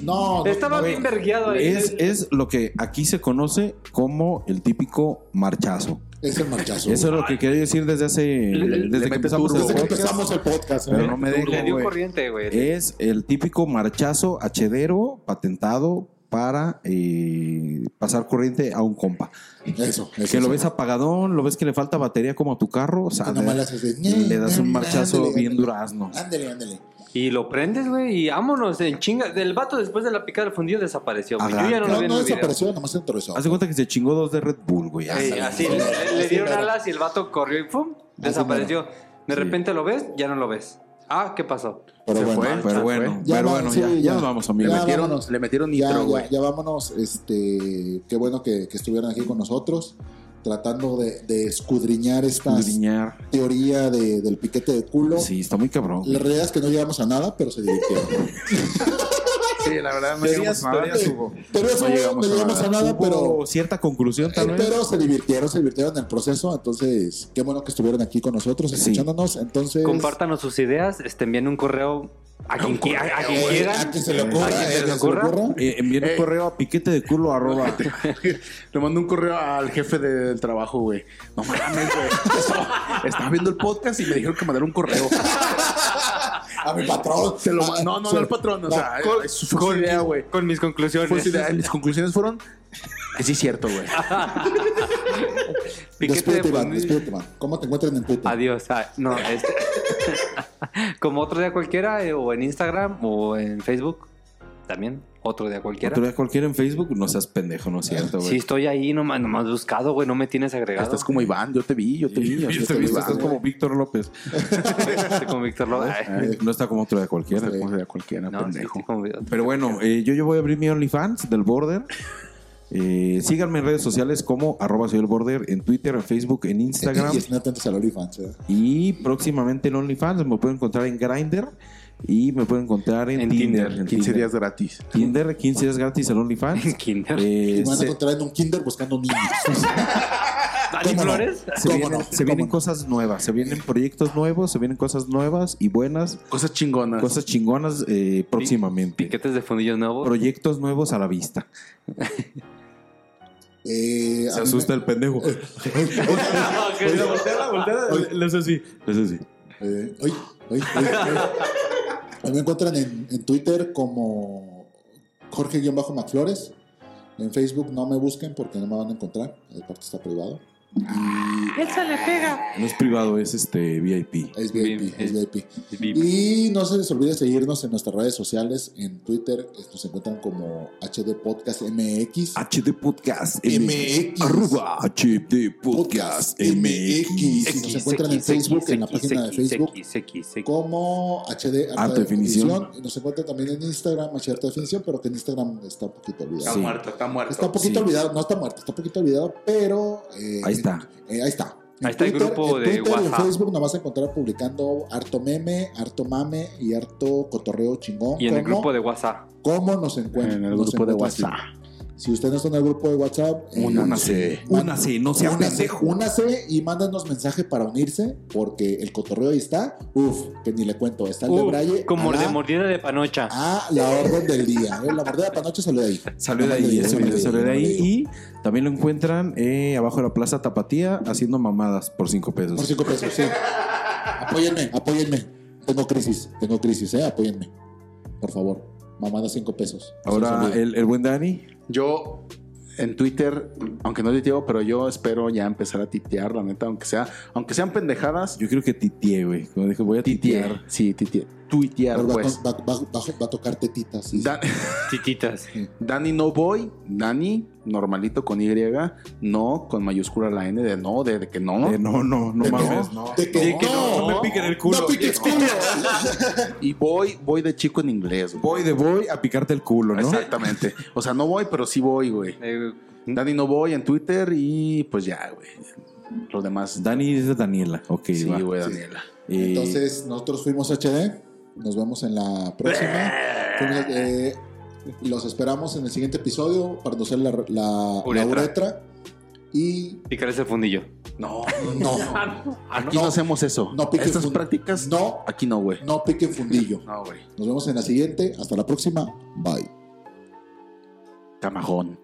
No, no,
Estaba
no,
bien vergueado ahí.
Es, es lo que aquí se conoce como el típico marchazo.
Es el marchazo.
Eso es lo que quería decir desde hace.
le
Desde que
mete
empezamos
turbo.
Desde que
el podcast.
empezamos el podcast.
Pero
¿eh?
no me
Le- le
dejo,
dio
güey.
corriente, güey.
Es el típico marchazo hachedero patentado para eh, pasar corriente a un compa.
Eso, eso.
Que lo
eso.
ves apagadón, lo ves que le falta batería como a tu carro, o sea,
Que
le,
nomás le Ah, haces de-
le das un
Ándale,
marchazo
ándale,
bien
ándale.
durazno.
Ándele, ándele.
Y lo prendes, güey, y vámonos en chinga. El vato después de la picada del fundido desapareció. güey.
Ajá.
Yo ya no, lo
No,
vi en
no
el video.
desapareció, nomás se neutralizó.
Haz de cuenta que se chingó dos de Red Bull, güey.
Ey,
ándale.
así le, le- le
Así
dieron
mero.
alas y el vato corrió y ¡pum! Desapareció. De
Sí.
repente lo ves, ya no lo ves. Ah, ¿qué pasó?
Pero
Se
bueno,
fue.
Pero bueno,
Ya
pero
va,
bueno,
sí,
ya, ya
ya.
nos vamos,
Le
amigos.
Ya,
metieron,
vámonos.
le metieron
Ya,
nitro,
ya,
güey.
ya vámonos. Este, qué bueno que, que estuvieron aquí con nosotros, tratando de, de escudriñar esta
Escudriñar.
teoría de- del piquete de culo.
Sí, está muy cabrón.
La realidad es que no llegamos a nada, pero se divirtieron.
Sí, la verdad, no
Teorías-
llegamos a nada.
teorías hubo. Teorías hubo, no llegamos a nada,
Hubo
pero, eh,
cierta conclusión tal vez.
pero se divirtieron, se divirtieron en el proceso. Entonces, qué bueno que estuvieron aquí con nosotros,
Sí.
escuchándonos. Entonces,
Compártanos sus ideas, este, envíen un correo a quien, qui- a- a quien
eh,
quiera.
a quien se le ocurra,
A quien
eh,
se le
que
ocurra.
Eh, envié un
Ey.
correo a piquete de culo arroba.
Le mandó un correo al jefe de- del trabajo, güey. No mames, güey. Estaba, estaba viendo el podcast y me dijeron que mandara un correo.
A mi patrón.
Se lo
Ah,
ma- no, no,
se-
no al patrón. O
la-
sea, es- fue su
con,
idea,
mis-
güey.
con mis conclusiones.
Fue su idea. Mis conclusiones fueron que sí es cierto, güey.
Piquete de
Despídete, Iván,
fundido.
despídete, Iván. ¿Cómo te encuentran en Twitter?
Adiós. Ah, no, este- Como otro día cualquiera, eh, o en Instagram, o en Facebook. También, otro día cualquiera.
Otro día cualquiera en Facebook, no seas pendejo, no es cierto,
Si
güey.
estoy ahí, nomás, nomás buscado, güey, no me tienes agregado.
Estás como Iván, yo te vi, yo te vi. yo
Yo
te
te he
vi,
visto,
Iván,
estás
güey.
como Víctor López.
Estoy como Este, Víctor López.
Ah,
Ay,
Eh, No está como otro día cualquiera.
Como sea cualquiera,
No, sí,
pendejo.
estoy como-
Pero bueno, eh, yo, yo voy a abrir mi OnlyFans del Border. Eh, síganme en redes sociales como arroba soy el border, en Twitter, en Facebook, en Instagram.
Y estén atentos al OnlyFans. ¿eh?
Y próximamente en OnlyFans me pueden encontrar en Grindr y me pueden encontrar en,
En
Tinder.
Tinder,
en
15
Tinder.
días gratis.
Tinder, 15 días gratis en OnlyFans.
Kinder.
Eh,
Y van a
se,
encontrar en un kinder buscando niños.
¿Dani
¿Cómo no?
Flores?
se
¿Cómo
vienen,
no?
se
¿Cómo
vienen
no?
cosas nuevas, se vienen proyectos nuevos, se vienen cosas nuevas y buenas,
Cosas chingonas.
cosas chingonas eh, próximamente.
Piquetes de fundillos nuevos.
Proyectos nuevos a la vista.
Eh, a mí
Se
me-
asusta el pendejo. Les así, les así.
Eh, ay, ay, ay, ay. A mí me encuentran en, en Twitter como Jorge-McFlores. En Facebook no me busquen porque no me van a encontrar. El parte está privado.
No es privado, es este VIP.
Es VIP,
Bien, es-
es VIP.
Vive.
Y no se les olvide seguirnos en nuestras redes sociales. En Twitter eh, nos encuentran como HD Podcast MX.
HD Podcast
MX.
Arroba HD Podcast
Podcast MX.
MX.
Nos encuentran en Facebook, en la página de Facebook.
X, X, X.
Como HD Alta,
Alta
definición.
definición.
Y Nos encuentran también en Instagram, HD Alta Definición, pero que en Instagram está un poquito olvidado.
Está
Sí.
muerto, está muerto.
Está un poquito
Sí.
olvidado, no está muerto, está un poquito olvidado, pero. eh,
Ahí está.
eh, ahí está.
Ahí está el grupo
en
de
Twitter y en
WhatsApp.
Facebook nos vas a encontrar publicando harto meme, harto mame y harto cotorreo chingón.
Y en el
¿Cómo?
grupo de WhatsApp.
¿Cómo nos encuentran?
en el
Nos
grupo de
encuentran así.
WhatsApp.
Si usted no está en el grupo de WhatsApp, eh,
Únase, únase, no sea
únase,
pendejo.
únase y mándanos mensaje para unirse, porque el cotorreo ahí está. Uf, que ni le cuento. Está el de
Uh,
Braille.
como
a
de
la-
mordida de panocha.
a Ah, la orden del día. Eh, La mordida para noche salió de ahí.
Salió de
No me
ahí,
lo
ese
digo, no me
video
lo
salió de
digo, no
ahí.
me lo
Y también lo encuentran eh, abajo de la Plaza Tapatía haciendo mamadas por 5
Por
pesos.
cinco pesos, sí. Apóyenme, apóyenme. Tengo crisis, tengo crisis, ¿eh? Apóyenme. Por favor. Mamada cinco pesos. No se les
Ahora
olvide.
el, el buen Dani.
Yo en Twitter, aunque no titeo, pero yo espero ya empezar a titear, la neta, aunque sea, aunque sean pendejadas.
Yo creo que titié, güey. Como dije, voy a titear.
Sí, titear. Tuitear,
va, a to-
pues.
va- va- va- va a tocar tetitas. sí, sí.
Dan-
Tititas.
Dani no voy, Dani normalito con Y, no con mayúscula la N de no, de, de que no.
Eh, no, no, no
De
mames.
no, de que
Sí, que
no.
no.
me piquen el culo.
No piques culo.
Y voy, voy de chico en inglés, güey.
Voy de voy a picarte el culo, ¿no?
Exactamente. O sea, no voy, pero sí voy, güey.
Eh,
Dani no voy en Twitter y pues ya, güey. Lo demás.
Dani es de Daniela. Ok,
Sí,
va.
güey,
Sí.
Daniela.
Eh,
Entonces, nosotros fuimos HD. Nos vemos en la próxima. Fuimos, eh, los esperamos en el siguiente episodio para conocer la, la, la
Uretra.
uretra. Y
Pícales el fundillo.
No,
no,
aquí no,
No.
hacemos eso.
No piques
Estas
fun-
prácticas,
no,
aquí no, güey.
no piquen fundillo.
No, güey.
Nos vemos en la siguiente. Hasta la próxima. Bye.
Camajón.